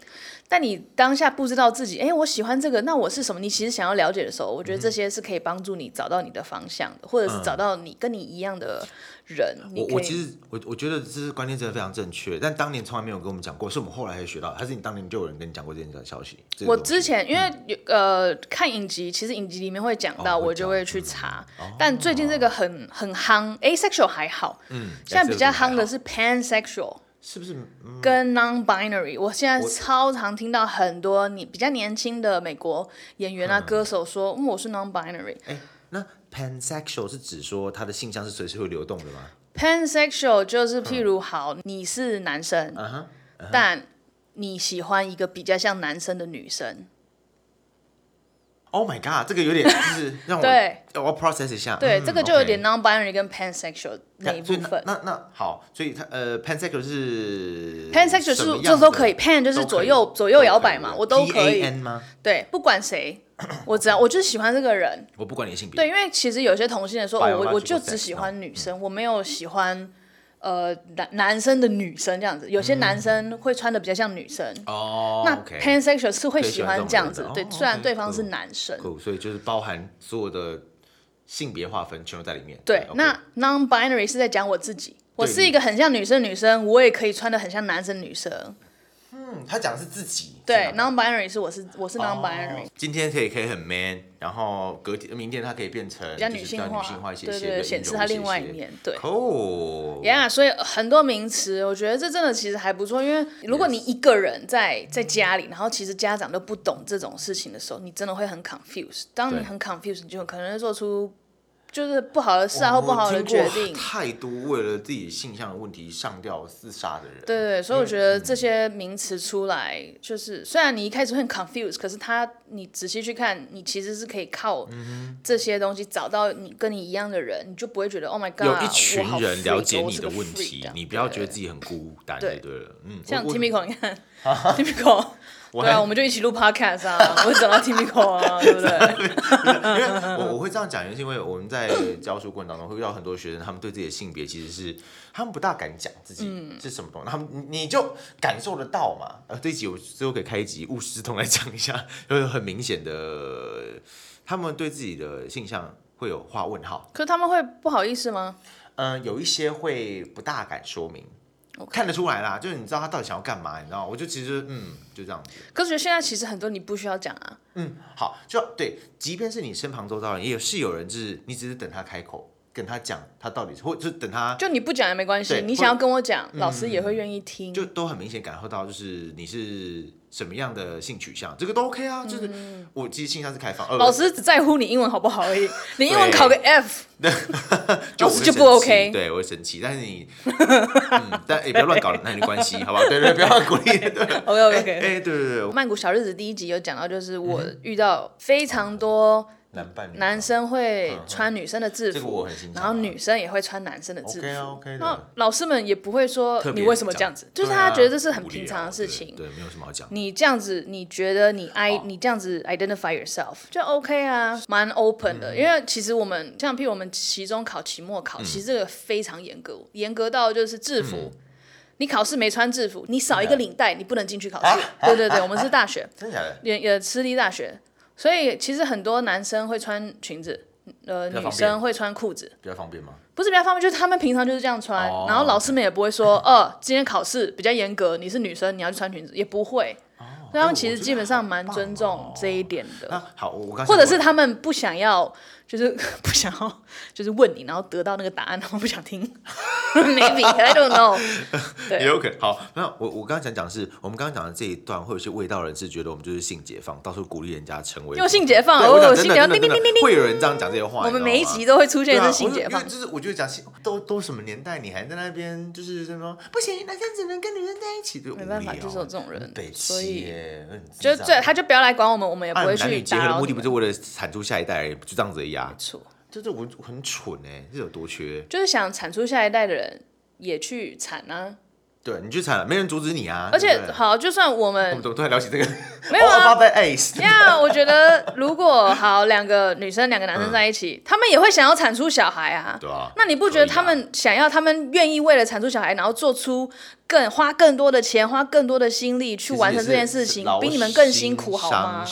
Speaker 2: 但你当下不知道自己，哎，我喜欢这个，那我是什么？你其实想要了解的时候，我觉
Speaker 1: 嗯
Speaker 2: 得这些是可以帮助你找到你的方向的，或者是找到你跟你一样的人。你
Speaker 1: 我
Speaker 2: 可以
Speaker 1: 我其实我我觉得这是观念真的非常正确，但当年从来没有跟我们讲过，是我们后来才学到的，还是你当年就有人跟你讲过这件消息？这个
Speaker 2: 我
Speaker 1: 东西
Speaker 2: 之前因为有、呃看影集，其实影集里面会讲到，
Speaker 1: 哦会哦
Speaker 2: 我就会去查。但最近这个很很夯，asexual 还好，嗯，现在比较夯的是 pansexual
Speaker 1: 是不是？嗯
Speaker 2: 跟 non-binary。我现在
Speaker 1: 我
Speaker 2: 超常听到很多你比较年轻的美国演员啊、歌手说，嗯，我是 non-binary。
Speaker 1: 哎、那 pansexual 是指说他的性向是随时会流动的吗？
Speaker 2: pansexual 就是譬如好，你是男生，
Speaker 1: 嗯啊哈，
Speaker 2: 但你喜欢一个比较像男生的女
Speaker 1: 嗯
Speaker 2: 生，
Speaker 1: Oh my god，这个有点就是 <laughs> 让我
Speaker 2: 对
Speaker 1: 我要 process 一下。
Speaker 2: 对，
Speaker 1: 嗯
Speaker 2: 这个就有点
Speaker 1: OK
Speaker 2: non-binary 跟 pansexual 那一
Speaker 1: 所
Speaker 2: 部
Speaker 1: 以那
Speaker 2: 分。
Speaker 1: 那那好，所以他呃 pansexual 是
Speaker 2: pansexual
Speaker 1: 什么样
Speaker 2: 是这
Speaker 1: 的
Speaker 2: 都可以，pan 就
Speaker 1: 都
Speaker 2: 是
Speaker 1: 可
Speaker 2: 左
Speaker 1: 以
Speaker 2: 右左右摇摆嘛，
Speaker 1: 可以
Speaker 2: 我都可
Speaker 1: P A
Speaker 2: 以。
Speaker 1: N 吗？
Speaker 2: 对，不管谁，我只要我就是喜欢这个人。
Speaker 1: 我不管你的性别。
Speaker 2: 对，因为其实有些同性人说，哦
Speaker 1: Biological
Speaker 2: 我我就只
Speaker 1: sex，
Speaker 2: 喜欢女
Speaker 1: 嗯
Speaker 2: 生，我没有喜欢呃男男生的女生这样子。有些男生会穿的比较像女生，
Speaker 1: 嗯哦，
Speaker 2: 那
Speaker 1: OK
Speaker 2: pansexual 是会
Speaker 1: 对
Speaker 2: 喜
Speaker 1: 喜欢这
Speaker 2: 欢
Speaker 1: 种
Speaker 2: 这样
Speaker 1: 人
Speaker 2: 子
Speaker 1: 的。
Speaker 2: 对
Speaker 1: 哦，
Speaker 2: 虽然
Speaker 1: OK，
Speaker 2: 对方是
Speaker 1: cool
Speaker 2: 男生。
Speaker 1: cool，所以就是包含所有的性别划分全都在里面。
Speaker 2: 对
Speaker 1: OK，
Speaker 2: 那 non-binary 是在讲我自己，我
Speaker 1: 对
Speaker 2: 是
Speaker 1: 你
Speaker 2: 一个很像女生的女生，我也可以穿的很像男生的女生。
Speaker 1: 嗯他讲的是自己。
Speaker 2: 对
Speaker 1: 是哪个
Speaker 2: ，non-binary 是我是我是 non-binary。
Speaker 1: 哦今天可以可以很 man，然后隔天明天他可以变成比
Speaker 2: 比较女性
Speaker 1: 性
Speaker 2: 化，
Speaker 1: 化一些
Speaker 2: 对
Speaker 1: 些，
Speaker 2: 对对，显示它另外一面，对。
Speaker 1: 哦，
Speaker 2: 呀所以很多名词，我觉得这真的其实还不错，因为如果你一个人在在家里，然后其实家长都不懂这种事情的时候，你真的会很 confused。当你
Speaker 1: 对
Speaker 2: 很 confused，你就可能会做出就是不好的事啊，
Speaker 1: 我
Speaker 2: 或不好的
Speaker 1: 听过
Speaker 2: 决定。
Speaker 1: 太多为了自己性向的问题上吊自杀的人。
Speaker 2: 对啊对对，所以我觉得这些名词出来，就是虽然你一开始会很 confused，可是它你仔细去看，你其实是可以靠
Speaker 1: 嗯
Speaker 2: 这些东西找到你跟你一样的人，你就不会觉得 Oh my God，
Speaker 1: 有一群
Speaker 2: 我好
Speaker 1: 人了解
Speaker 2: freak，我
Speaker 1: 你
Speaker 2: 是
Speaker 1: 的
Speaker 2: 个
Speaker 1: 问
Speaker 2: freak
Speaker 1: 题
Speaker 2: 这，样
Speaker 1: 你不要觉得自己很孤单就
Speaker 2: 对
Speaker 1: 对了。嗯，
Speaker 2: 像
Speaker 1: 我啊
Speaker 2: Timiko，你看 <laughs>
Speaker 1: <laughs>
Speaker 2: Timiko，对
Speaker 1: 还
Speaker 2: 啊，我们就一起录 podcast 啊， <laughs> 我找到 Timiko 啊，对不
Speaker 1: <laughs>
Speaker 2: 对？
Speaker 1: 我我会这样讲，原因是因为我们在教书过程当中会遇到很多学生，他们对自己的性别其实是他们不大敢讲自己是什么东西，他们你你就感受得到嘛。呃，这一集我最后可以开一集务实之痛来讲 <laughs> 一下，有很明显的，他们对自己的性向会有画问号。
Speaker 2: 可是他们会不好意思吗？
Speaker 1: 嗯、有一些会不大敢说明
Speaker 2: OK
Speaker 1: 看得出来啦，就是你知道他到底想要干嘛，你知道吗？我就其实嗯，就这样子。
Speaker 2: 可是我觉得现在其实很多你不需要讲啊，
Speaker 1: 嗯，好，就对，即便是你身旁周遭人，也是有人就是你只是等他开口，跟他讲他到底是，或者是等他
Speaker 2: 就你不讲也没关系
Speaker 1: 对，嗯
Speaker 2: 你想要跟我讲，老师也会愿意听。
Speaker 1: 就都很明显感受到，就是你是什么样的性取向，这个都 OK 啊。就是、我其实性向是开放，呃
Speaker 2: 嗯老师只在乎你英文好不好而已，你英文考个 F， <laughs>
Speaker 1: 就我
Speaker 2: 老师
Speaker 1: 会
Speaker 2: 就不
Speaker 1: 生
Speaker 2: OK
Speaker 1: 气对我会生气。但是你，嗯，但也、不要乱搞男女关系，好不好？对对，不要鼓
Speaker 2: <laughs>
Speaker 1: 励。对，
Speaker 2: OK OK OK。
Speaker 1: 哎，对对对，
Speaker 2: 曼谷小日子第一集有讲到，就是我
Speaker 1: 嗯
Speaker 2: 遇到非常多
Speaker 1: 男伴侣
Speaker 2: 男生会穿女生的制
Speaker 1: 嗯这个
Speaker 2: 服
Speaker 1: 我很欣，赏啊
Speaker 2: 然后女生也会穿男生的制
Speaker 1: OK 啊
Speaker 2: 服。
Speaker 1: OK
Speaker 2: 那
Speaker 1: 的，
Speaker 2: 老师们也不会说
Speaker 1: 特别
Speaker 2: 你为什么这样子，就是
Speaker 1: 对
Speaker 2: 他
Speaker 1: 啊
Speaker 2: 觉得这是很
Speaker 1: 无
Speaker 2: 平
Speaker 1: 聊
Speaker 2: 常的事
Speaker 1: 对
Speaker 2: 情。
Speaker 1: 对，没有什么好讲。
Speaker 2: 你这样子，你觉得你 i
Speaker 1: 好
Speaker 2: 你这样子 identify yourself 就 OK 啊，蛮 open
Speaker 1: 嗯
Speaker 2: 的。因为其实我们像譬如我们期中考、期末考，其实这个非常严格，严格到就是制服。
Speaker 1: 嗯
Speaker 2: 你考试没穿制服，你少一
Speaker 1: 啊
Speaker 2: 个领带，你不能进去考试。对对对，我们是大学，
Speaker 1: 真的假的？
Speaker 2: 也也私立大学，所以其实很多男生会穿裙子，呃
Speaker 1: 较方
Speaker 2: 女
Speaker 1: 便
Speaker 2: 生会穿裤子，
Speaker 1: 比较方便吗？
Speaker 2: 不是比较方便，就是他们平常就是这样穿，
Speaker 1: 哦
Speaker 2: 然后老师们也不会
Speaker 1: <laughs>
Speaker 2: 说，呃，今天考试比较严格，你是女生你要去穿裙子，也不会，
Speaker 1: 哦
Speaker 2: 所以他们其实基本上蛮尊重这一点的。
Speaker 1: 那好，我我刚才
Speaker 2: 呃或者是他们不想要，就是 <laughs> 不想要，就是问你，然后得到那个答案，他们不想听。Maybe I don't know
Speaker 1: <laughs>
Speaker 2: 对
Speaker 1: 也有可能。好，那我我刚刚想讲的是，我们刚刚讲的这一段，会有些味道人士觉得我们就是性解放，到处鼓励人家成为
Speaker 2: 又性解放
Speaker 1: 对
Speaker 2: 哦
Speaker 1: 我讲真
Speaker 2: 性
Speaker 1: 的
Speaker 2: 解
Speaker 1: 真
Speaker 2: 放
Speaker 1: 的
Speaker 2: 叮叮
Speaker 1: 真
Speaker 2: 叮叮
Speaker 1: 的
Speaker 2: 叮
Speaker 1: 会有人这样讲这些话。
Speaker 2: 我
Speaker 1: 你
Speaker 2: 们
Speaker 1: 知道
Speaker 2: 每一
Speaker 1: 吗
Speaker 2: 集都会出
Speaker 1: 对
Speaker 2: 现一
Speaker 1: 啊
Speaker 2: 次
Speaker 1: 我
Speaker 2: 性解
Speaker 1: 就
Speaker 2: 放
Speaker 1: 因为。就是我就讲性都都什么年代，你还在那边就是什么不行，男生只能跟女生在一起，就
Speaker 2: 没办法
Speaker 1: 无聊
Speaker 2: 就是有这种人
Speaker 1: 很北
Speaker 2: 所
Speaker 1: 齐
Speaker 2: 以
Speaker 1: 耶很智
Speaker 2: 就
Speaker 1: 障
Speaker 2: 最，他就不要来管我们，我们也不
Speaker 1: 啊
Speaker 2: 会
Speaker 1: 男
Speaker 2: 去
Speaker 1: 女结
Speaker 2: 打
Speaker 1: 合的
Speaker 2: 扰
Speaker 1: 目
Speaker 2: 你
Speaker 1: 的不
Speaker 2: 们
Speaker 1: 是。为了产出下一代而已，就这样子而已啊
Speaker 2: 没。错
Speaker 1: 就是我很蠢哎，这有多缺？
Speaker 2: 就是想产出下一代的人也去产啊，
Speaker 1: 对你去惨了，没人阻止你啊。
Speaker 2: 而且
Speaker 1: 对不对
Speaker 2: 好，就算我
Speaker 1: 我
Speaker 2: 们
Speaker 1: 们
Speaker 2: <laughs>
Speaker 1: 怎么突然聊起这个？
Speaker 2: 没有
Speaker 1: 八
Speaker 2: 啊。
Speaker 1: 百 ace。
Speaker 2: 呀我觉得如果好两个女生两个男生在一起，他们也会想要产出小孩啊。
Speaker 1: 嗯对啊，
Speaker 2: 那你不觉得他们想要，他们愿意为了产出小孩，然后做出更花更多的钱，花更多的心力去
Speaker 1: 可以啊
Speaker 2: 完成这件事情，比你们更辛苦好吗？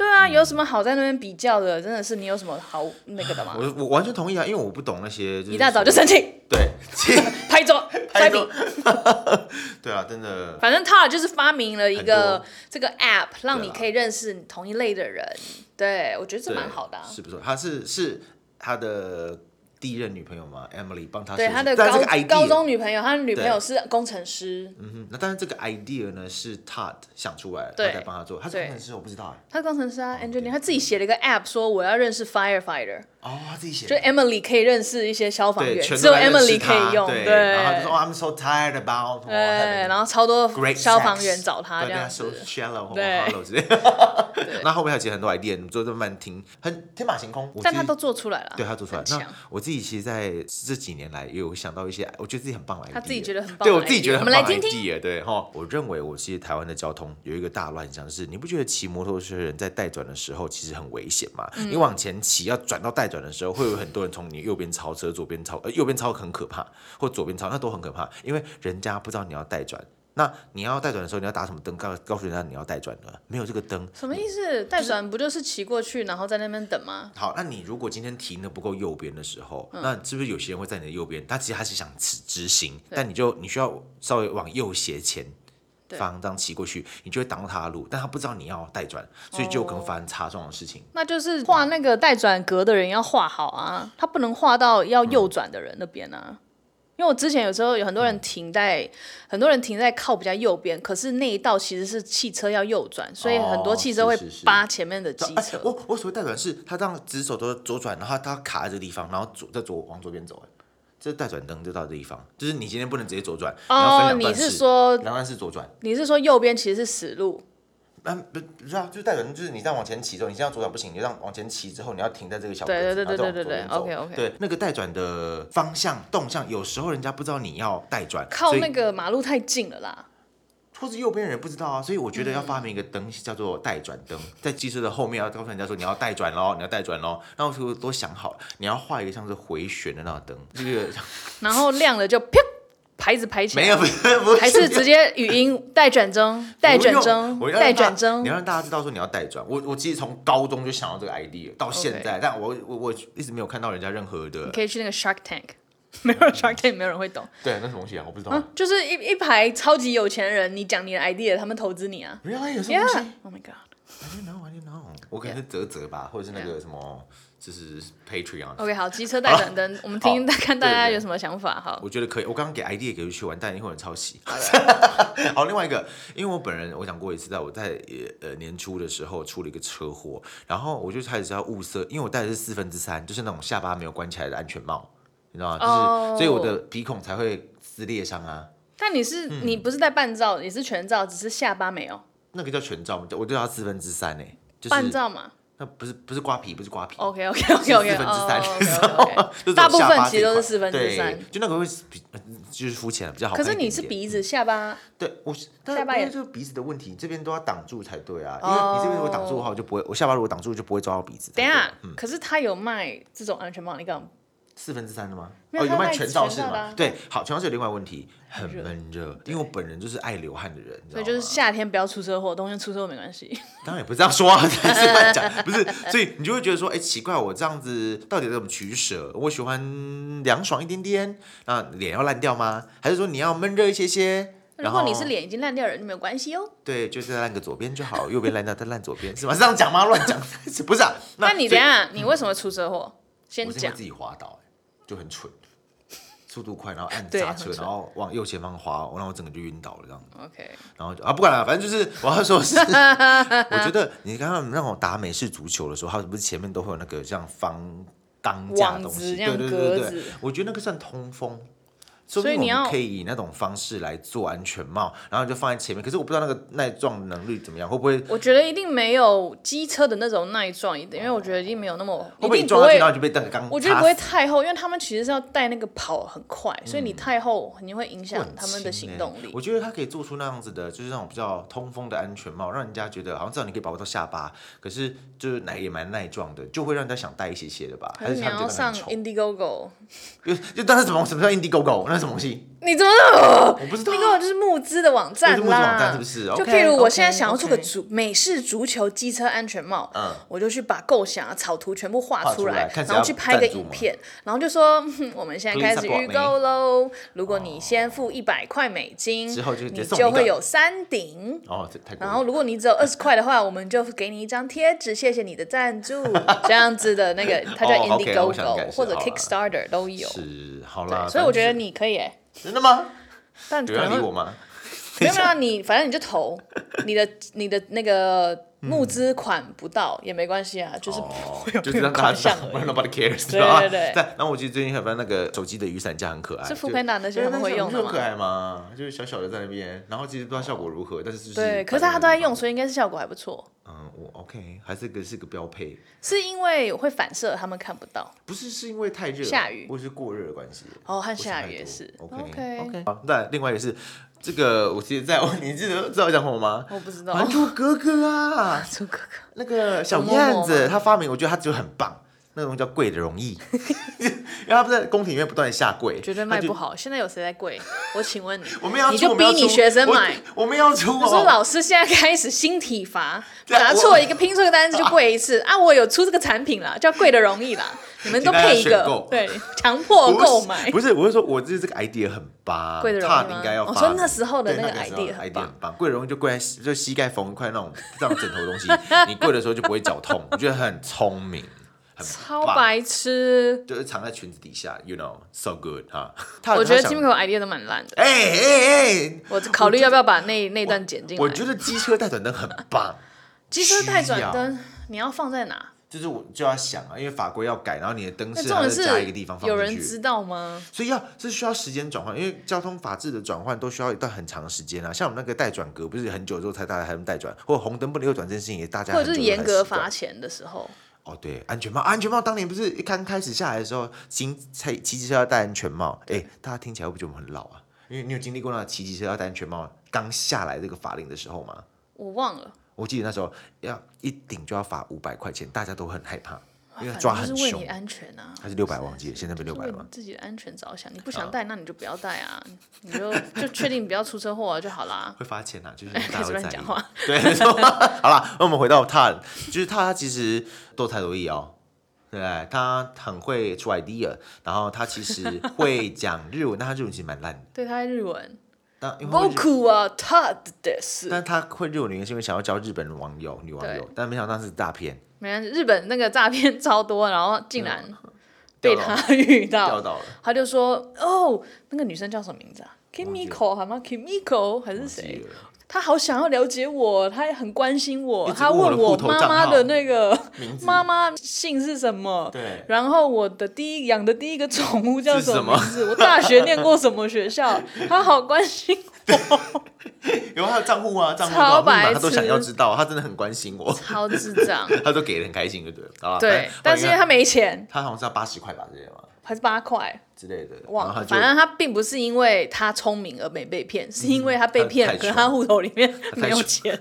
Speaker 2: 对啊，
Speaker 1: 嗯
Speaker 2: 有什么好在那边比较的？真的是你有什么好那个的吗？
Speaker 1: 我我完全同意啊，因为我不懂那些。
Speaker 2: 一大早就申请，
Speaker 1: <laughs>
Speaker 2: <laughs>
Speaker 1: 对，
Speaker 2: 拍桌
Speaker 1: <laughs> 拍
Speaker 2: 摔
Speaker 1: 桌
Speaker 2: 笔。
Speaker 1: 对啊，真
Speaker 2: <laughs>
Speaker 1: 的。
Speaker 2: 反正他就是发明了一
Speaker 1: 很
Speaker 2: 个
Speaker 1: 多
Speaker 2: 这个 app，让你
Speaker 1: 对啊
Speaker 2: 可以认识你同一类的人。对，我觉得这
Speaker 1: 对
Speaker 2: 蛮好的、啊。
Speaker 1: 是不错。他是是他的第一任女朋友嘛，Emily 帮他
Speaker 2: 对
Speaker 1: 设计
Speaker 2: 他的
Speaker 1: 但
Speaker 2: 高
Speaker 1: 这个 idea,
Speaker 2: 高中女朋友，他的女
Speaker 1: 对
Speaker 2: 朋友是工程师，
Speaker 1: 嗯哼，那但是这个 idea 呢是 Todd 想出来，他
Speaker 2: 对
Speaker 1: 才帮他做。他是
Speaker 2: 对
Speaker 1: 工程师，我不知道哎。
Speaker 2: 他是工程师啊
Speaker 1: 对
Speaker 2: ，engineer，他自己写了一个 app，说我要认识 firefighter。
Speaker 1: 哦，他自己写
Speaker 2: 就
Speaker 1: 的。
Speaker 2: Emily 可以认识一些消防
Speaker 1: 对，
Speaker 2: 员，
Speaker 1: 全
Speaker 2: 只
Speaker 1: 都
Speaker 2: 有
Speaker 1: 来认识
Speaker 2: Emily 可
Speaker 1: 他
Speaker 2: 以用，
Speaker 1: 对。然后他就说、
Speaker 2: 对，
Speaker 1: oh, I'm so tired about. 对，
Speaker 2: 对然后超多
Speaker 1: Great
Speaker 2: 消防员找他
Speaker 1: sex，
Speaker 2: 这
Speaker 1: 对
Speaker 2: 样子
Speaker 1: 跟，他
Speaker 2: <laughs>
Speaker 1: so shallow 或
Speaker 2: 对
Speaker 1: hollow 之类。 <laughs> 那后面还有其实很多 idea，你做这么慢听，很天马行空。我
Speaker 2: 但
Speaker 1: 自
Speaker 2: 他
Speaker 1: 己
Speaker 2: 都做出来了，
Speaker 1: 对他做出来
Speaker 2: 很。
Speaker 1: 那
Speaker 2: 强
Speaker 1: 我自己其实在这几年来也有想到一些，我觉得自己很棒来。
Speaker 2: 他自己觉得很棒
Speaker 1: 对我
Speaker 2: 的
Speaker 1: 自己觉得
Speaker 2: idea，
Speaker 1: 很
Speaker 2: 我
Speaker 1: 棒
Speaker 2: 们
Speaker 1: 的 idea,
Speaker 2: 来听听
Speaker 1: 对哈。我认为我其实台湾的交通有一个大乱象是，你不觉得骑摩托车的人在带转的时候其实很危险吗？
Speaker 2: 嗯
Speaker 1: 你往前骑要转到带转的时候，会有很多人从你右边超车，左边超，呃，右边超很可怕，或左边超那都很可怕，因为人家不知道你要带转。那你要带转的时候，你要打什么灯告告诉人家你要带转的？没有这个灯，
Speaker 2: 什么意思？带转不就是骑过去，然后在那边等吗？
Speaker 1: 好，那你如果今天停的不够右边的时候，
Speaker 2: 嗯
Speaker 1: 那是不是有些人会在你的右边？他其实他是想直直行，但你就你需要稍微往右斜前
Speaker 2: 对
Speaker 1: 方这样骑过去，你就会挡到他的路，但他不知道你要带转，所以就有可能
Speaker 2: 哦
Speaker 1: 发生擦撞的事情。
Speaker 2: 那就是画那个带转格的人要画好啊，他不能画到要右转的人那边啊。因为我之前有时候有很多人停在、很多人停在靠比较右边，可是那一道其实是汽车要右转，所以很多
Speaker 1: 哦
Speaker 2: 汽车会
Speaker 1: 是是是
Speaker 2: 扒前面的机
Speaker 1: 哎 <laughs>
Speaker 2: 车。
Speaker 1: 我我所谓带转是，他这样直走都左转，然后他卡在这个地方，然后左再左往左边走、哎，这带转灯就到这地方，就是你今天不能直接左转，你要分
Speaker 2: 哦，
Speaker 1: 两
Speaker 2: 你
Speaker 1: 段
Speaker 2: 是
Speaker 1: 式，
Speaker 2: 说
Speaker 1: 两段式左转。
Speaker 2: 你是说右边其实是死路？
Speaker 1: 啊，不不是啊，就是代表就是你这样往前骑之后，你这样左转不行，你这样往前骑之后，你要停在这个小格
Speaker 2: 对
Speaker 1: 子，
Speaker 2: 对对
Speaker 1: 然后再往
Speaker 2: 对对
Speaker 1: 左边
Speaker 2: 对
Speaker 1: 走
Speaker 2: OK，OK
Speaker 1: 对那个带转的方向动向，有时候人家不知道你要带转，
Speaker 2: 靠
Speaker 1: 所以
Speaker 2: 那个马路太近了啦。
Speaker 1: 或者右边人不知道啊，所以我觉
Speaker 2: 嗯
Speaker 1: 得要发明一个灯叫做带转灯，在机车的后面要告诉人家说你要带转喽，你要带转喽，然后我就都想好了，你要画一个像是回旋的那种灯，这个
Speaker 2: <laughs> 然后亮了就啪，牌子排起来，
Speaker 1: 没有不是不
Speaker 2: 还是直接语音带
Speaker 1: <laughs>
Speaker 2: 转中，带转中，
Speaker 1: 我要让
Speaker 2: 带转
Speaker 1: 大
Speaker 2: 中
Speaker 1: 你。要让大家知道说你要带转。我我其实从高中就想到这个 idea，到现在但我我我一直没有看到人家任何的
Speaker 2: 你可以去那个 Shark Tank，没有 <laughs>
Speaker 1: 哎
Speaker 2: Shark Tank，没有人会懂。
Speaker 1: 对那什么东西啊，我不知道。
Speaker 2: 啊，就是一一排超级有钱人，你讲你的 idea，他们投资你啊。
Speaker 1: <laughs> Really 有什么东西
Speaker 2: Yeah，Oh my god。
Speaker 1: ？I don't know, I don't know。我可能是泽泽吧，或者是那个什么，就是 Patreon。
Speaker 2: OK，好，机车带转灯，我们听
Speaker 1: 好
Speaker 2: 看大
Speaker 1: 哦
Speaker 2: 家
Speaker 1: 对对
Speaker 2: 有什么想法。好，
Speaker 1: 我觉得可以。我刚刚给 idea 给出去，完蛋，一会有人抄袭。 <laughs> 好，另外一个，因为我本人我讲过一次，在我在呃呃年初的时候出了一个车祸，然后我就开始要物色，因为我戴的是四分之三，就是那种下巴没有关起来的安全帽，你知道吗？就是
Speaker 2: 哦
Speaker 1: 所以我的鼻孔才会撕裂伤啊。
Speaker 2: 但你是你不是戴半罩，你是全罩，只是下巴没有
Speaker 1: 那个叫全罩，我就叫它四分之三呢、欸就是
Speaker 2: 半罩嘛。
Speaker 1: 那不是不是刮皮，不是刮皮
Speaker 2: OK OK OK OK，
Speaker 1: 是四分之三，你知道吗
Speaker 2: 哦，
Speaker 1: 就
Speaker 2: OK，
Speaker 1: 是我
Speaker 2: 大部
Speaker 1: 下巴
Speaker 2: 分其实
Speaker 1: 这一
Speaker 2: 都是
Speaker 1: 块
Speaker 2: 四分之三
Speaker 1: 对。就那个会比呃就是肤浅了，比较好
Speaker 2: <laughs> 可
Speaker 1: 看一
Speaker 2: 是
Speaker 1: 点点。
Speaker 2: 你是鼻子、下巴，
Speaker 1: 对，我是，但
Speaker 2: 下巴
Speaker 1: 但
Speaker 2: 也哦
Speaker 1: 是就是鼻子的问题，这边都要挡住才对啊。因为你这边如果挡住的话，我就不会，我下巴如果挡住就不会抓到鼻子才
Speaker 2: 等
Speaker 1: 对
Speaker 2: 一
Speaker 1: 啊。
Speaker 2: 下，可是他有卖这种安全帽，你干嘛
Speaker 1: 四分之三的吗？
Speaker 2: 没有
Speaker 1: 哦，有
Speaker 2: 他
Speaker 1: 卖
Speaker 2: 卖
Speaker 1: 全罩
Speaker 2: 全
Speaker 1: 式
Speaker 2: 罩的
Speaker 1: 嘛？
Speaker 2: 啊
Speaker 1: 对，好，全罩式有另外一个问题，很闷热，因为我本人就是爱流汗的人，你知
Speaker 2: 所以
Speaker 1: 道
Speaker 2: 就是
Speaker 1: 吗
Speaker 2: 夏天不要出车祸，冬天出车祸没关系。
Speaker 1: 当然也不是这样说啊， <laughs> 但是乱讲，
Speaker 2: <laughs>
Speaker 1: 不是，所以你就会觉得说，哎、奇怪，我这样子到底怎么取舍？我喜欢凉爽一点点，那脸要烂掉吗？还是说你要闷热一些些？
Speaker 2: <laughs> 如
Speaker 1: 然后
Speaker 2: 果你是脸已经烂掉了，就没有关系哦。
Speaker 1: 对，就是烂个左边就好，右边烂掉再烂左边，是吗？是这样讲吗？乱讲，不是啊？
Speaker 2: 那你等一
Speaker 1: 样，
Speaker 2: 下，你为什么出车祸？先
Speaker 1: 我是因为
Speaker 2: 讲
Speaker 1: 自。己滑倒、哎就很蠢，速度快，然后按
Speaker 2: 对
Speaker 1: 刹
Speaker 2: 很
Speaker 1: 车，
Speaker 2: 蠢
Speaker 1: 然后往右前方滑，我让我整个就晕倒了这样子。
Speaker 2: OK，
Speaker 1: 然后就啊，不管了，反正就是我要
Speaker 2: <laughs>
Speaker 1: 说是，我觉得你刚刚让我打美式足球的时候，它不是前面都会有那个像方当架的东
Speaker 2: 网子
Speaker 1: 西，对
Speaker 2: 这样
Speaker 1: 对对对
Speaker 2: 格
Speaker 1: 对
Speaker 2: 子，
Speaker 1: 我觉得那个算通风。所
Speaker 2: 所以
Speaker 1: 以我
Speaker 2: 你要
Speaker 1: 们可以以那种方式来做安全帽，然后就放在前面。可是我不知道那个耐撞能力怎么样，会不会
Speaker 2: 我觉得一定没有机车的那种耐撞一点，因为我觉得一定没有那么，
Speaker 1: 会
Speaker 2: 一
Speaker 1: 不会
Speaker 2: 定
Speaker 1: 你
Speaker 2: 不
Speaker 1: 撞上去，
Speaker 2: 会
Speaker 1: 然。后就被那个钢
Speaker 2: 我觉得不会太厚，因为他们其实是要带那个跑很快，所以你太厚，你会影响他们的行动力
Speaker 1: 嗯欸我。觉得他可以做出那样子的，就是那种比较通风的安全帽，让人家觉得好像至少你可以保护到下巴，可是就是奶也蛮耐撞的，就会让人家想戴一些些的吧？
Speaker 2: 可
Speaker 1: 还
Speaker 2: 你
Speaker 1: 是他们
Speaker 2: 要
Speaker 1: 觉得
Speaker 2: 上
Speaker 1: 很丑？
Speaker 2: Indiegogo，
Speaker 1: 就就但是什么什么叫 Indiegogo？那是什么东西？
Speaker 2: 你怎么那么
Speaker 1: 我不知道啊。
Speaker 2: ？Indiegogo 就是募资的网站
Speaker 1: 就是募资网站
Speaker 2: 啦，
Speaker 1: 是不是
Speaker 2: 就
Speaker 1: OK，
Speaker 2: 譬如
Speaker 1: OK，
Speaker 2: 我现在想要
Speaker 1: OK
Speaker 2: 做个足美式足球机车安全帽，
Speaker 1: 嗯
Speaker 2: 我就去把构想啊、草图全部画
Speaker 1: 画
Speaker 2: 出
Speaker 1: 出来
Speaker 2: 来，
Speaker 1: 看谁
Speaker 2: 然后
Speaker 1: 要
Speaker 2: 去拍个
Speaker 1: 赞助
Speaker 2: 影
Speaker 1: 嘛
Speaker 2: 片，然后就说哼我们现在
Speaker 1: Please
Speaker 2: 开始
Speaker 1: support
Speaker 2: 预购喽。如果你先付一百块美金，
Speaker 1: 之后就直接
Speaker 2: 你
Speaker 1: 送
Speaker 2: 就
Speaker 1: 一个
Speaker 2: 会有三顶。
Speaker 1: 哦，这太过
Speaker 2: 然
Speaker 1: 分
Speaker 2: 后，
Speaker 1: 了。
Speaker 2: 如果你只有二十块的话，我们就给你一张贴纸，谢谢你的
Speaker 1: <laughs>
Speaker 2: 赞助，这样子的那个，它叫
Speaker 1: 哦，OK，我想
Speaker 2: Indiegogo
Speaker 1: 感受
Speaker 2: 或者
Speaker 1: 好了啊
Speaker 2: Kickstarter 都有。
Speaker 1: 是好
Speaker 2: 对
Speaker 1: 啦，，
Speaker 2: 所以我觉得
Speaker 1: 反正
Speaker 2: 你可以哎，
Speaker 1: 就是真的吗？
Speaker 2: 但可
Speaker 1: 有人
Speaker 2: 能
Speaker 1: 要理我
Speaker 2: 会 <laughs>
Speaker 1: 吗？
Speaker 2: 没有没有，你反正你就投，你的你的那个募资款不到也没关系啊，就是
Speaker 1: 嗯哦
Speaker 2: 会有，
Speaker 1: 就是
Speaker 2: 那个
Speaker 1: 让大
Speaker 2: 款
Speaker 1: 家
Speaker 2: 项
Speaker 1: 知
Speaker 2: 而
Speaker 1: 道 <laughs>
Speaker 2: 已。
Speaker 1: ，nobody cares，
Speaker 2: <laughs> 对
Speaker 1: 知道吗
Speaker 2: 对对
Speaker 1: 但然后我记得最近还发现那个手机的雨伞架很可爱，
Speaker 2: 是
Speaker 1: 就
Speaker 2: Foodpanda 那些
Speaker 1: 对
Speaker 2: 他们会用
Speaker 1: 那些
Speaker 2: 的
Speaker 1: 很
Speaker 2: 吗
Speaker 1: 可爱吗？就是小小的在那边，然后其实不知道效果如何，但是就是
Speaker 2: 对，可是
Speaker 1: 摆
Speaker 2: 他都在
Speaker 1: 那边
Speaker 2: 用，所以应该是效果还不错。
Speaker 1: 嗯，我 OK，还是个是个标配，
Speaker 2: 是因为会反射，他们看不到。
Speaker 1: 不是是因为太热，
Speaker 2: 下雨
Speaker 1: 或是过热的关系。
Speaker 2: 哦和
Speaker 1: 我想
Speaker 2: 下
Speaker 1: 太
Speaker 2: 雨也
Speaker 1: 多
Speaker 2: 是
Speaker 1: OK
Speaker 2: OK
Speaker 1: OK。好，那另外一个是这个，我其实在我 <laughs> 你记得知道我讲什么吗？
Speaker 2: 我不知道
Speaker 1: 还，珠格格
Speaker 2: <laughs>
Speaker 1: 啊，
Speaker 2: 猪哥哥。
Speaker 1: 那个小
Speaker 2: 容嬷嬷
Speaker 1: 燕子，
Speaker 2: 吗
Speaker 1: 她发明，我觉得她就很棒。那个东西叫跪的容易， <laughs> 因为她不是在宫廷里面不断的下跪，
Speaker 2: 绝对
Speaker 1: 她
Speaker 2: 卖
Speaker 1: 啊就
Speaker 2: 不。好。现在有谁在跪？我请问你，
Speaker 1: <laughs> 我们要
Speaker 2: 你
Speaker 1: 出
Speaker 2: 就
Speaker 1: 我们要
Speaker 2: 逼
Speaker 1: 出
Speaker 2: 你学生
Speaker 1: 我
Speaker 2: 买。
Speaker 1: 我们要出
Speaker 2: 我说
Speaker 1: 哦。
Speaker 2: 老师现在开始新体罚，
Speaker 1: 对啊
Speaker 2: 答
Speaker 1: 我
Speaker 2: 错一个拼错一个单词就跪一次啊！我有出这个产品啦，叫跪的容易啦，你们都
Speaker 1: 请大家
Speaker 2: 配一
Speaker 1: 选
Speaker 2: 个
Speaker 1: 购，
Speaker 2: 对，强迫
Speaker 1: 不是
Speaker 2: 购买。
Speaker 1: 不是，我是说，我就是这个 idea 很棒，
Speaker 2: 跪得容易
Speaker 1: 他
Speaker 2: 吗
Speaker 1: 应该要发
Speaker 2: 我
Speaker 1: 明。
Speaker 2: 说那时候的
Speaker 1: 对
Speaker 2: 那
Speaker 1: 那
Speaker 2: 个
Speaker 1: 时
Speaker 2: idea
Speaker 1: 候
Speaker 2: 很
Speaker 1: idea
Speaker 2: 棒
Speaker 1: 很棒，跪得容易就跪在就膝盖缝一块那种这样枕头的东西，你跪的时候就不会脚痛，我觉得很聪明，
Speaker 2: <laughs>
Speaker 1: 很
Speaker 2: 超
Speaker 1: 棒，
Speaker 2: 白痴！
Speaker 1: 就是藏在裙子底下，you know so good 哈。他
Speaker 2: 我觉
Speaker 1: 他
Speaker 2: 得
Speaker 1: 想
Speaker 2: Timco idea 都蛮烂的，
Speaker 1: 哎哎哎，
Speaker 2: 我考虑要不要把那那段剪进
Speaker 1: 我
Speaker 2: 来
Speaker 1: 觉。得机车带转灯很棒，
Speaker 2: 机车带
Speaker 1: 需
Speaker 2: 转
Speaker 1: 要
Speaker 2: 灯，你要放在哪？
Speaker 1: 就是我就要想啊，因为法规要改，然后你的灯
Speaker 2: 那
Speaker 1: 是
Speaker 2: 重
Speaker 1: 要
Speaker 2: 点
Speaker 1: 再加一个地
Speaker 2: 是
Speaker 1: 方放
Speaker 2: 有人
Speaker 1: 进去
Speaker 2: 知，道吗？
Speaker 1: 所以要是需要时间转换，因为交通法制的转换都需要一段很长的时间啊。像我们那个待转格，不是很久之后才大家还能待转，或者红灯不能右转这件事情，也大家
Speaker 2: 或者就是
Speaker 1: 很久
Speaker 2: 严
Speaker 1: 才
Speaker 2: 格
Speaker 1: 习惯
Speaker 2: 罚钱的时候，
Speaker 1: 哦，对，安全帽，安全帽当年不是一刚开始下来的时候，骑才骑机车要戴安全帽，哎，大家听起来会不会觉得我们很老啊？因为你有经历过那骑机车要戴安全帽刚下来这个法令的时候吗？
Speaker 2: 我忘了。
Speaker 1: 我记得那时候要一顶就要罚五百块钱，大家都很害怕，因为他
Speaker 2: 反
Speaker 1: 抓
Speaker 2: 正
Speaker 1: 很
Speaker 2: 就是为
Speaker 1: 凶
Speaker 2: 你。安全
Speaker 1: <laughs>
Speaker 2: 啊，
Speaker 1: 还是600忘
Speaker 2: <laughs>
Speaker 1: 记了现在变
Speaker 2: 就是
Speaker 1: 600了
Speaker 2: 为
Speaker 1: 吗
Speaker 2: 你自己的安全着想，你不想戴，那你就不要戴啊，你就就确定不要出车祸啊就好啦。
Speaker 1: 会发钱啊，就是
Speaker 2: <laughs> 开
Speaker 1: <laughs> 大家会
Speaker 2: 始乱
Speaker 1: 在意
Speaker 2: 讲。话，
Speaker 1: 对，没错好啦， <laughs> 那我们回到他，就是他，他其实多才多艺哦。对，他很会出 idea，然后他其实会讲日文，但他日文其实蛮烂的。
Speaker 2: 对他日文
Speaker 1: 但因为会日
Speaker 2: ，boku 啊 t a d d s
Speaker 1: 但他会日文的原因是因为想要教日本网友、女网友
Speaker 2: 对，
Speaker 1: 但没想到那是诈骗，
Speaker 2: 没关系，日本那个诈骗 <laughs> 超多，然后竟然被
Speaker 1: 钓到
Speaker 2: 他 <laughs> 遇
Speaker 1: 钓
Speaker 2: 到，
Speaker 1: 到了。
Speaker 2: 他就说哦，那个女生叫什么名字啊？Kimiko 好吗？Kimiko 还是
Speaker 1: 忘
Speaker 2: 谁
Speaker 1: 记？了
Speaker 2: 她好想要了解我，她也很关心我，
Speaker 1: 一直
Speaker 2: 她
Speaker 1: 问我
Speaker 2: 问
Speaker 1: 的
Speaker 2: 我
Speaker 1: 户头
Speaker 2: 妈
Speaker 1: 账
Speaker 2: 妈
Speaker 1: 号
Speaker 2: 的那个
Speaker 1: 名字
Speaker 2: 妈妈姓是什么？
Speaker 1: 对
Speaker 2: 然后我的第一养的第一个宠物叫
Speaker 1: 是什
Speaker 2: 什
Speaker 1: 么
Speaker 2: 么名字？我大学念过什么
Speaker 1: <laughs>
Speaker 2: 学校？他好关心
Speaker 1: 有他的账户啊，账户多少
Speaker 2: 超
Speaker 1: 密码
Speaker 2: 白
Speaker 1: 他都想
Speaker 2: 痴
Speaker 1: 要知道，他真的很关心我。 <laughs>
Speaker 2: 超智障。
Speaker 1: 他都给的很开心，就对了。好啦
Speaker 2: 对，但是因为他没钱，
Speaker 1: 他好像是要八十块吧，之类的嘛
Speaker 2: 还是八块，
Speaker 1: 之类的。然
Speaker 2: 忘
Speaker 1: 后他
Speaker 2: 了。
Speaker 1: 就
Speaker 2: 反正他并不是因为他聪明而没被骗，是因为他被骗
Speaker 1: 他嗯太
Speaker 2: 了，可是他
Speaker 1: 穷
Speaker 2: 户头里面
Speaker 1: 他太
Speaker 2: 没有
Speaker 1: 穷
Speaker 2: 钱。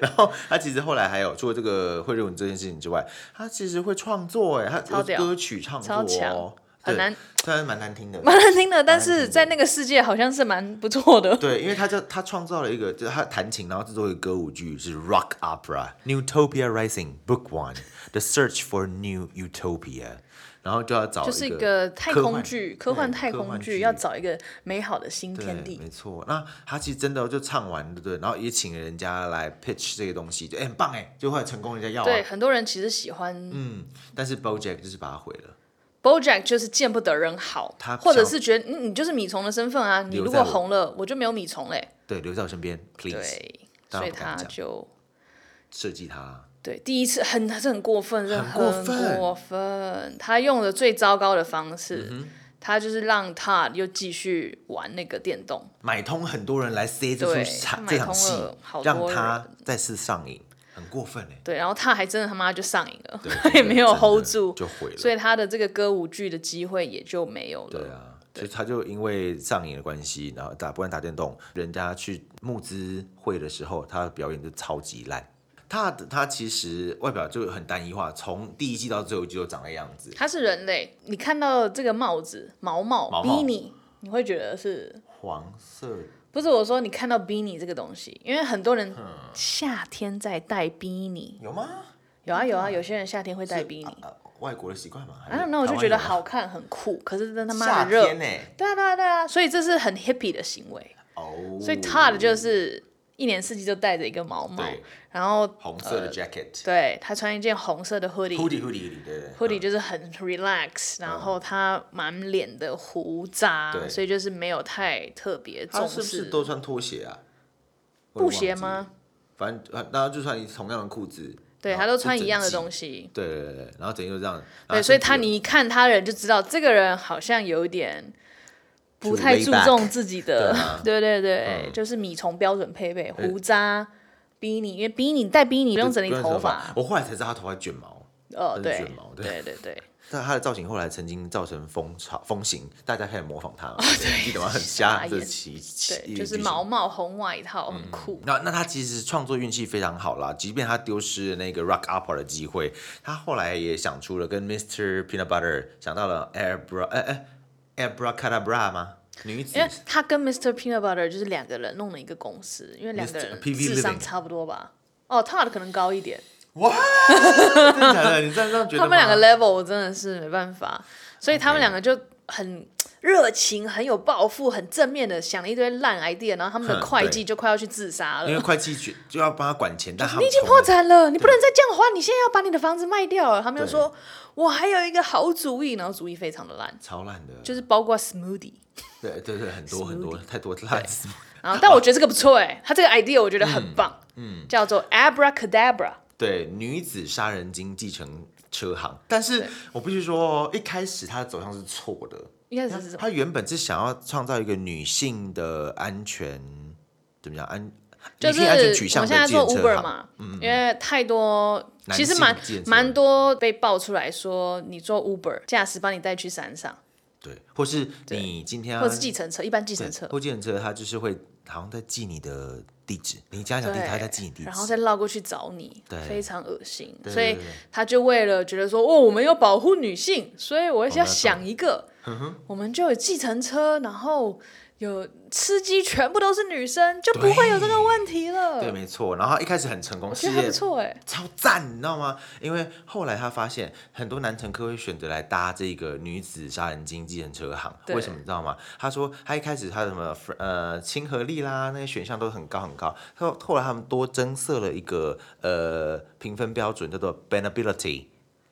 Speaker 1: 然后他其实后来还有除了这个会日文这件事情之外，他其实会创作哎，他
Speaker 2: 超屌
Speaker 1: 歌曲创作
Speaker 2: 超强
Speaker 1: 哦，
Speaker 2: 很
Speaker 1: 对
Speaker 2: 难，
Speaker 1: 虽然蛮难听的，
Speaker 2: <laughs> 蛮难听的，但是在那个世界好像是蛮不错的。
Speaker 1: 对，因为他叫他创造了一个，就是他弹琴，然后制作一个歌舞剧是 Rock Opera Newtopia Rising Book One <laughs> The Search for New Utopia，然后就要找
Speaker 2: <laughs> 就是
Speaker 1: 一
Speaker 2: 一
Speaker 1: 个
Speaker 2: 个太
Speaker 1: 科
Speaker 2: 空
Speaker 1: 幻
Speaker 2: 剧，
Speaker 1: 对
Speaker 2: 科幻太
Speaker 1: 科
Speaker 2: 空
Speaker 1: 幻
Speaker 2: 剧，
Speaker 1: 剧
Speaker 2: 要找一个美好的新
Speaker 1: 对
Speaker 2: 天地。
Speaker 1: 没错。那他其实真的就唱完，对不对？然后也请人家来 pitch 这个东西，就哎、很棒哎，就会成功人家要
Speaker 2: 对，
Speaker 1: 啊。
Speaker 2: 很多人其实喜欢
Speaker 1: 嗯，但是 BoJack 就是把它毁了。
Speaker 2: BoJack，就是见不得人好
Speaker 1: 他，
Speaker 2: 或者
Speaker 1: 想
Speaker 2: 是觉得嗯你就是米虫的身份啊，你
Speaker 1: 留
Speaker 2: 如
Speaker 1: 在
Speaker 2: 果
Speaker 1: 我
Speaker 2: 红了，我就没有米虫嘞。
Speaker 1: 对，留在我身边，please
Speaker 2: 对，
Speaker 1: 大
Speaker 2: 所
Speaker 1: 家
Speaker 2: 以
Speaker 1: 不敢
Speaker 2: 他
Speaker 1: 讲
Speaker 2: 就
Speaker 1: 设计它。
Speaker 2: 对第一次很是很过分，真的
Speaker 1: 很过
Speaker 2: 很
Speaker 1: 分
Speaker 2: 过分。他用了最糟糕的方式，
Speaker 1: 嗯
Speaker 2: 他就是让 Todd 又继续玩那个电动。
Speaker 1: 买通很多人来塞这
Speaker 2: 对
Speaker 1: 出场这
Speaker 2: 他买
Speaker 1: 场
Speaker 2: 通
Speaker 1: 戏
Speaker 2: 了好，
Speaker 1: 让
Speaker 2: 多
Speaker 1: 他
Speaker 2: 人
Speaker 1: 再次上瘾，很过分哎。
Speaker 2: 对，然后他还真的他妈就上瘾了，
Speaker 1: 对
Speaker 2: 他 <laughs> 也没有
Speaker 1: 真的
Speaker 2: hold 住，
Speaker 1: 就毁了
Speaker 2: 所以他的这个歌舞剧的机会也就没有了。
Speaker 1: 对啊，就他就因为上瘾的关系，然后打不管打电动，人家去募资会的时候，他的表演就超级烂。他他其实外表就很单一化，从第一季到最后一季都长那样子。
Speaker 2: 他是人类，你看到这个帽子毛毛
Speaker 1: 毛毛
Speaker 2: beanie，你会觉得是
Speaker 1: 黄色
Speaker 2: 不是？我说你看到 beanie 这个东西，因为很多人夏天在戴 beanie，
Speaker 1: 有吗？
Speaker 2: 有
Speaker 1: 嗯
Speaker 2: 啊有啊，有些人夏天会戴 beanie。
Speaker 1: 呃，外国的习惯嘛。还是
Speaker 2: 啊，那我就
Speaker 1: 台湾
Speaker 2: 觉得
Speaker 1: 有吗
Speaker 2: 好看很酷，可是真他妈
Speaker 1: 夏
Speaker 2: 的热。
Speaker 1: 天呢、欸
Speaker 2: 对啊对啊对啊，所以这是很 hippy 的行为。
Speaker 1: 哦，
Speaker 2: 所以 Todd 就是一年四季就戴着一个毛毛
Speaker 1: 对，
Speaker 2: 然后
Speaker 1: 红色的 jacket，hoodie
Speaker 2: 对他穿一件红色的 hoodie，hoodie
Speaker 1: hoodie 嗯对对
Speaker 2: 就是很 relax，然后他满脸的胡渣，
Speaker 1: 对
Speaker 2: 所以就是没有太特别
Speaker 1: 他
Speaker 2: 重
Speaker 1: 是不是
Speaker 2: 视。
Speaker 1: 都穿拖鞋啊？我也
Speaker 2: 布鞋
Speaker 1: 忘记了
Speaker 2: 吗？？
Speaker 1: 反正大家就穿同样的裤子，
Speaker 2: 对
Speaker 1: 然后
Speaker 2: 他都
Speaker 1: 就
Speaker 2: 穿一
Speaker 1: 整
Speaker 2: 样的
Speaker 1: 季
Speaker 2: 东西，
Speaker 1: 对对对对，然后整个就这样。然
Speaker 2: 对，
Speaker 1: 后
Speaker 2: 所以
Speaker 1: 甚至
Speaker 2: 他
Speaker 1: 有
Speaker 2: 你一看他人就知道这个人好像有一点
Speaker 1: 就
Speaker 2: 不太
Speaker 1: laid
Speaker 2: 注
Speaker 1: back
Speaker 2: 重自己的
Speaker 1: 对啊，
Speaker 2: <laughs> 对对对，就是米虫标准配备，胡渣、逼你，因为逼你戴逼你不用整理
Speaker 1: 不用
Speaker 2: 头
Speaker 1: 发
Speaker 2: 发，，
Speaker 1: 我后来才知道他头发卷毛，
Speaker 2: 哦，
Speaker 1: 是
Speaker 2: 对
Speaker 1: 卷毛，对
Speaker 2: 对对
Speaker 1: <laughs>
Speaker 2: 对，
Speaker 1: 但他的造型后来曾经造成风潮风行，大家开始模仿他，对，记得吗？很瞎，
Speaker 2: 哦眼
Speaker 1: 这奇奇
Speaker 2: 对，就是毛。毛红外套
Speaker 1: 嗯
Speaker 2: 很酷，
Speaker 1: 那那他其实创作运气非常好啦，即便他丢失了那个 Rock Opera 的机会，他后来也想出了跟 Mr. Peanut Butter 想到了 Abra 哎哎 Abracadabra 吗？女子
Speaker 2: 因为他跟 Mr. Peanut Butter 就是两个人弄了一个公司，因为两个
Speaker 1: Mr.
Speaker 2: 人
Speaker 1: PV
Speaker 2: 智商
Speaker 1: Living
Speaker 2: 差不多吧。哦，Todd 可能高一点，
Speaker 1: 真的假的？你真的这样觉得
Speaker 2: 他们两个
Speaker 1: 吗
Speaker 2: level 我真的是没办法，所以他们两个就很热情、很有抱负、很正面的想了一堆烂 idea，然后他们的
Speaker 1: 哼
Speaker 2: 会计
Speaker 1: 对
Speaker 2: 就快要去自杀了。
Speaker 1: 因为
Speaker 2: 你
Speaker 1: 会计局就要帮他管钱，但他
Speaker 2: 已经
Speaker 1: 从
Speaker 2: 破
Speaker 1: 来
Speaker 2: 产了，你不能再这样花，你现在要把你的房子卖掉了。他们又
Speaker 1: 对
Speaker 2: 说，我还有一个好主意，然后主意非常的烂，
Speaker 1: 超烂的，
Speaker 2: 就是包括 smoothie。
Speaker 1: 对对对，很多很多太多烂死。
Speaker 2: 然后，但我觉得这个不错哎、他这个 idea 我觉得很棒，嗯，叫做 abracadabra。
Speaker 1: 对，女子杀人鲸继承车行，但是我必须说，哦一开始它的走向是错的。
Speaker 2: 一开始是什么？
Speaker 1: 他原本是想要创造一个女性的安全，怎么讲安？
Speaker 2: 就
Speaker 1: 女
Speaker 2: 是
Speaker 1: 性安全取
Speaker 2: 我
Speaker 1: 向
Speaker 2: 们现
Speaker 1: 的
Speaker 2: 在
Speaker 1: 建
Speaker 2: 做
Speaker 1: 车
Speaker 2: Uber
Speaker 1: 行，
Speaker 2: 嘛，因为太多，
Speaker 1: 男
Speaker 2: 其
Speaker 1: 性
Speaker 2: 实蛮
Speaker 1: 计程车
Speaker 2: 蛮多被爆出来说，你做 Uber，驾驶把你带去山上，
Speaker 1: 对，或是你今天要
Speaker 2: 或者是计程车，一般计程
Speaker 1: 对
Speaker 2: 车，
Speaker 1: 或计程车，他就是会好像在记你的地址，你家讲地址，他在记你地址，
Speaker 2: 然后再绕过去找你
Speaker 1: 对，
Speaker 2: 非常恶心。
Speaker 1: 对
Speaker 2: 所以
Speaker 1: 对对
Speaker 2: 他就为了觉得说，哦，我们要保护女性，所以我要
Speaker 1: 要
Speaker 2: 想一个，
Speaker 1: 嗯
Speaker 2: 我们就有计程车，然后有司机全部都是女生，就不会有这个问题了。
Speaker 1: 对，没错。然后他一开始很成功，
Speaker 2: 我
Speaker 1: 事
Speaker 2: 觉得还
Speaker 1: 业
Speaker 2: 不错哎、
Speaker 1: 超赞，你知道吗？因为后来他发现很多男乘客会选择来搭这个女子杀人经纪人车行，
Speaker 2: 对
Speaker 1: 为什么你知道吗？他说他一开始他什么呃亲和力啦那些选项都很高很高，他说后来他们多增设了一个呃评分标准叫做 benability，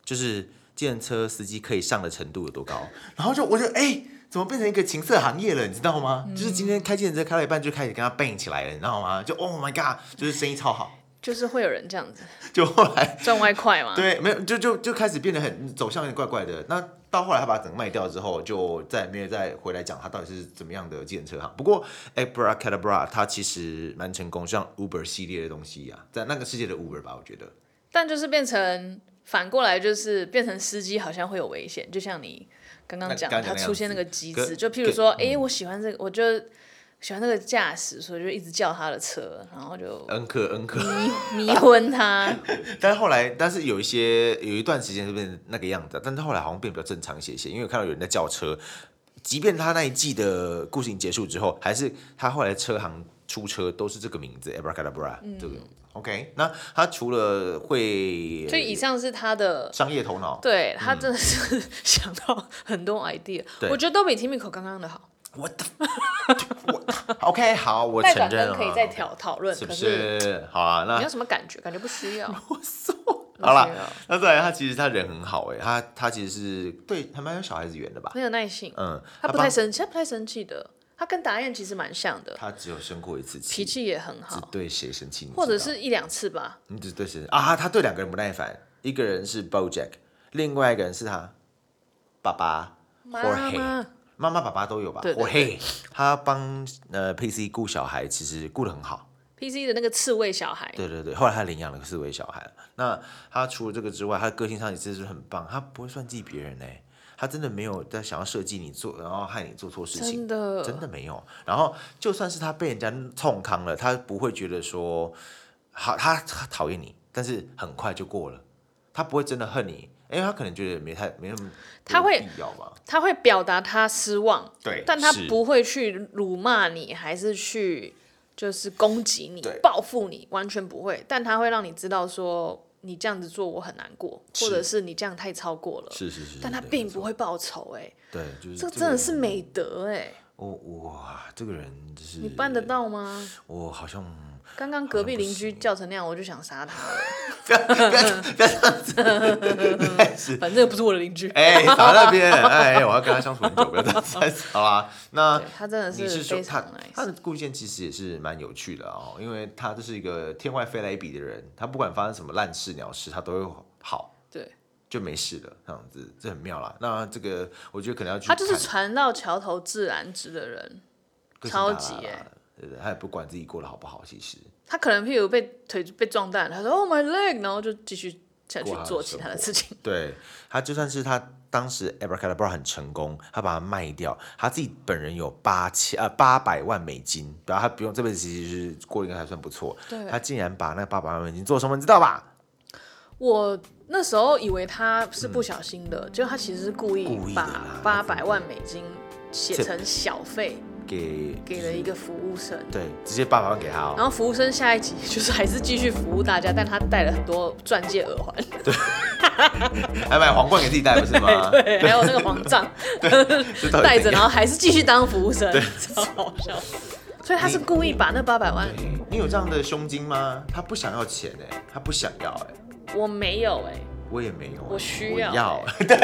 Speaker 1: 就是电车司机可以上的程度有多高，然后就我就哎。怎么变成一个情色行业了？你知道吗？就是今天开电车开到一半就开始跟他 bang 起来了，你知道吗？就 Oh my god，就是生意超好。
Speaker 2: 就是会有人这样子
Speaker 1: 就后来
Speaker 2: 赚外快嘛。
Speaker 1: 对，没有，就就就开始变得很走向有点怪怪的。那到后来他把它整个卖掉之后，就再也没有再回来讲他到底是怎么样的建车行。不过 Abracadabra 它其实蛮成功，像 Uber 系列的东西啊，在那个世界的 Uber 吧，我觉得。
Speaker 2: 但就是变成反过来，就是变成司机好像会有危险，就像你刚刚
Speaker 1: 那
Speaker 2: 讲，
Speaker 1: 刚刚
Speaker 2: 他
Speaker 1: 讲那
Speaker 2: 出现那
Speaker 1: 样
Speaker 2: 个
Speaker 1: 子嗯
Speaker 2: 机
Speaker 1: 可
Speaker 2: 制，就譬如
Speaker 1: 可
Speaker 2: 说，诶，我喜欢这个，我就喜欢那个驾驶，所以就一直叫他的车，然后就
Speaker 1: 恩克恩克。
Speaker 2: 迷昏他。
Speaker 1: 但后来，但是有一些有一段时间是变成那个样子啊，但是后来好像变得比较正常一些些，因为我看到有人在叫车，即便他那一季的故事已经结束之后，还是他后来车行出车都是这个名字 Abracadabra，、对
Speaker 2: 嗯
Speaker 1: 不对？OK，那他除了会
Speaker 2: 所以以上是他的，
Speaker 1: 商业头脑，
Speaker 2: 对他真的是、 <laughs> 想到很多 idea，
Speaker 1: 嗯对
Speaker 2: 我觉得都比 Timiko 刚刚的好。
Speaker 1: 我的 <laughs> 我 OK，好，我
Speaker 2: 带
Speaker 1: 承
Speaker 2: 转
Speaker 1: 认啊了，
Speaker 2: 灯可以再讨讨论，
Speaker 1: 是不
Speaker 2: 可是
Speaker 1: 是？好啊，那
Speaker 2: 你有什么感觉？感觉不需
Speaker 1: <laughs>
Speaker 2: 要。
Speaker 1: 好
Speaker 2: 没有
Speaker 1: 了，那再来，他其实他人很好哎、他他其实是对还蛮有小孩子缘的吧？
Speaker 2: 很有耐性，
Speaker 1: 嗯，
Speaker 2: 他不
Speaker 1: 帮
Speaker 2: 太生气，他不太生气的。他跟达燕其实蛮像的，
Speaker 1: 他只有生过一次气，
Speaker 2: 脾气也很
Speaker 1: 只
Speaker 2: 好，
Speaker 1: 对谁生气你知道？
Speaker 2: 或者是一两次吧。
Speaker 1: 你只对谁啊？他他对两个人不耐烦，一个人是 BoJack，另外一个人是他爸爸
Speaker 2: 妈
Speaker 1: Jorge。妈
Speaker 2: 妈，
Speaker 1: 妈、爸爸都有吧？
Speaker 2: 对对对
Speaker 1: Jorge，他帮呃 PC 顾小孩，其实顾得很好。
Speaker 2: PC 的那个刺猬小孩，
Speaker 1: 对对对，后来他领养了四位小孩了。那他除了这个之外，他的个性上也真是很棒，他不会算计别人呢、欸他真的没有在想要设计你做，然后害你做错事情，
Speaker 2: 真的
Speaker 1: 真的没有。然后就算是他被人家冲康了，他不会觉得说，好，他他讨厌你，但是很快就过了，他不会真的恨你，因为他可能觉得没太没那么
Speaker 2: 他会
Speaker 1: 必要吧。
Speaker 2: 他会表达他失望，
Speaker 1: 对
Speaker 2: 但他
Speaker 1: 是
Speaker 2: 不会去辱骂你，还是去就是攻击你
Speaker 1: 对、
Speaker 2: 报复你，完全不会。但他会让你知道说，你这样子做我很难过，
Speaker 1: 是
Speaker 2: 或者是你这样太超过了。
Speaker 1: 是是是，
Speaker 2: 但他
Speaker 1: 对
Speaker 2: 并不会报仇、哎，
Speaker 1: 对，就是
Speaker 2: 这
Speaker 1: 这
Speaker 2: 个真的
Speaker 1: 人
Speaker 2: 是美德、哎，
Speaker 1: 我哦哇，这个人就是
Speaker 2: 你办得到吗？
Speaker 1: 我好像
Speaker 2: 刚刚隔壁邻居叫成那样，我就想
Speaker 1: <laughs>
Speaker 2: 杀他了。 <laughs> 反正又不是我的邻
Speaker 1: <laughs>
Speaker 2: 居。
Speaker 1: 哎，打那
Speaker 2: <laughs>
Speaker 1: 边，哎，我要跟他相处很久，不要 <laughs> 这样子。好啦，啊那
Speaker 2: 对他真的
Speaker 1: 你是说
Speaker 2: 非
Speaker 1: 他
Speaker 2: 常
Speaker 1: 他
Speaker 2: nice，
Speaker 1: 的故件其实也是蛮有趣的哦，因为他就是一个天外飞来一笔的人，他不管发生什么烂事鸟事，他都会好，
Speaker 2: 对
Speaker 1: 就没事了，这样子，这很妙啦。那这个我觉得可能要去
Speaker 2: 他就是
Speaker 1: 看
Speaker 2: 船到桥头自然直的人。
Speaker 1: 哥斯达
Speaker 2: 超
Speaker 1: 拉
Speaker 2: 级欸
Speaker 1: 啦
Speaker 2: 耶
Speaker 1: 对不对？他也不管自己过得好不好，其实
Speaker 2: 他可能譬如被腿被撞断，他说 “Oh my leg”，然后就继续下去
Speaker 1: 过他的
Speaker 2: 做其
Speaker 1: 生
Speaker 2: 他的
Speaker 1: 活
Speaker 2: 事情。
Speaker 1: 对他就算是他当时 Abracadabra 很成功，他把它卖掉，他自己本人有八千呃八百万美金，然后他不用这辈子其实是过得应该还算不错。
Speaker 2: 对
Speaker 1: 他竟然把那八百万美金做什么，你知道吧？
Speaker 2: 我那时候以为他是不小心的，结果他其实是故意
Speaker 1: 嗯故意的
Speaker 2: 把
Speaker 1: 啦
Speaker 2: 八百万美金写
Speaker 1: 这
Speaker 2: 成小费
Speaker 1: 给
Speaker 2: 给了一个服务生。
Speaker 1: 对，直接八百万给他
Speaker 2: 然
Speaker 1: 哦。
Speaker 2: 后服务生下一集 <laughs> 就是还是继续服务大家，但他戴了很多钻戒、耳环，
Speaker 1: 还哎买皇冠给自己戴不是吗？
Speaker 2: <laughs> 对，还有那个黄杖
Speaker 1: 啊这
Speaker 2: <laughs>
Speaker 1: 到底
Speaker 2: 戴着，
Speaker 1: 怎
Speaker 2: 然
Speaker 1: 样
Speaker 2: 后还是继续当服务生，超好笑。所以他是故意把那八百万，
Speaker 1: 对哎你有这样的胸襟吗？他不想要钱哎、他不想要哎、
Speaker 2: 我没有哎、
Speaker 1: 我也没有欸、
Speaker 2: 我需要
Speaker 1: 我要
Speaker 2: 欸
Speaker 1: 对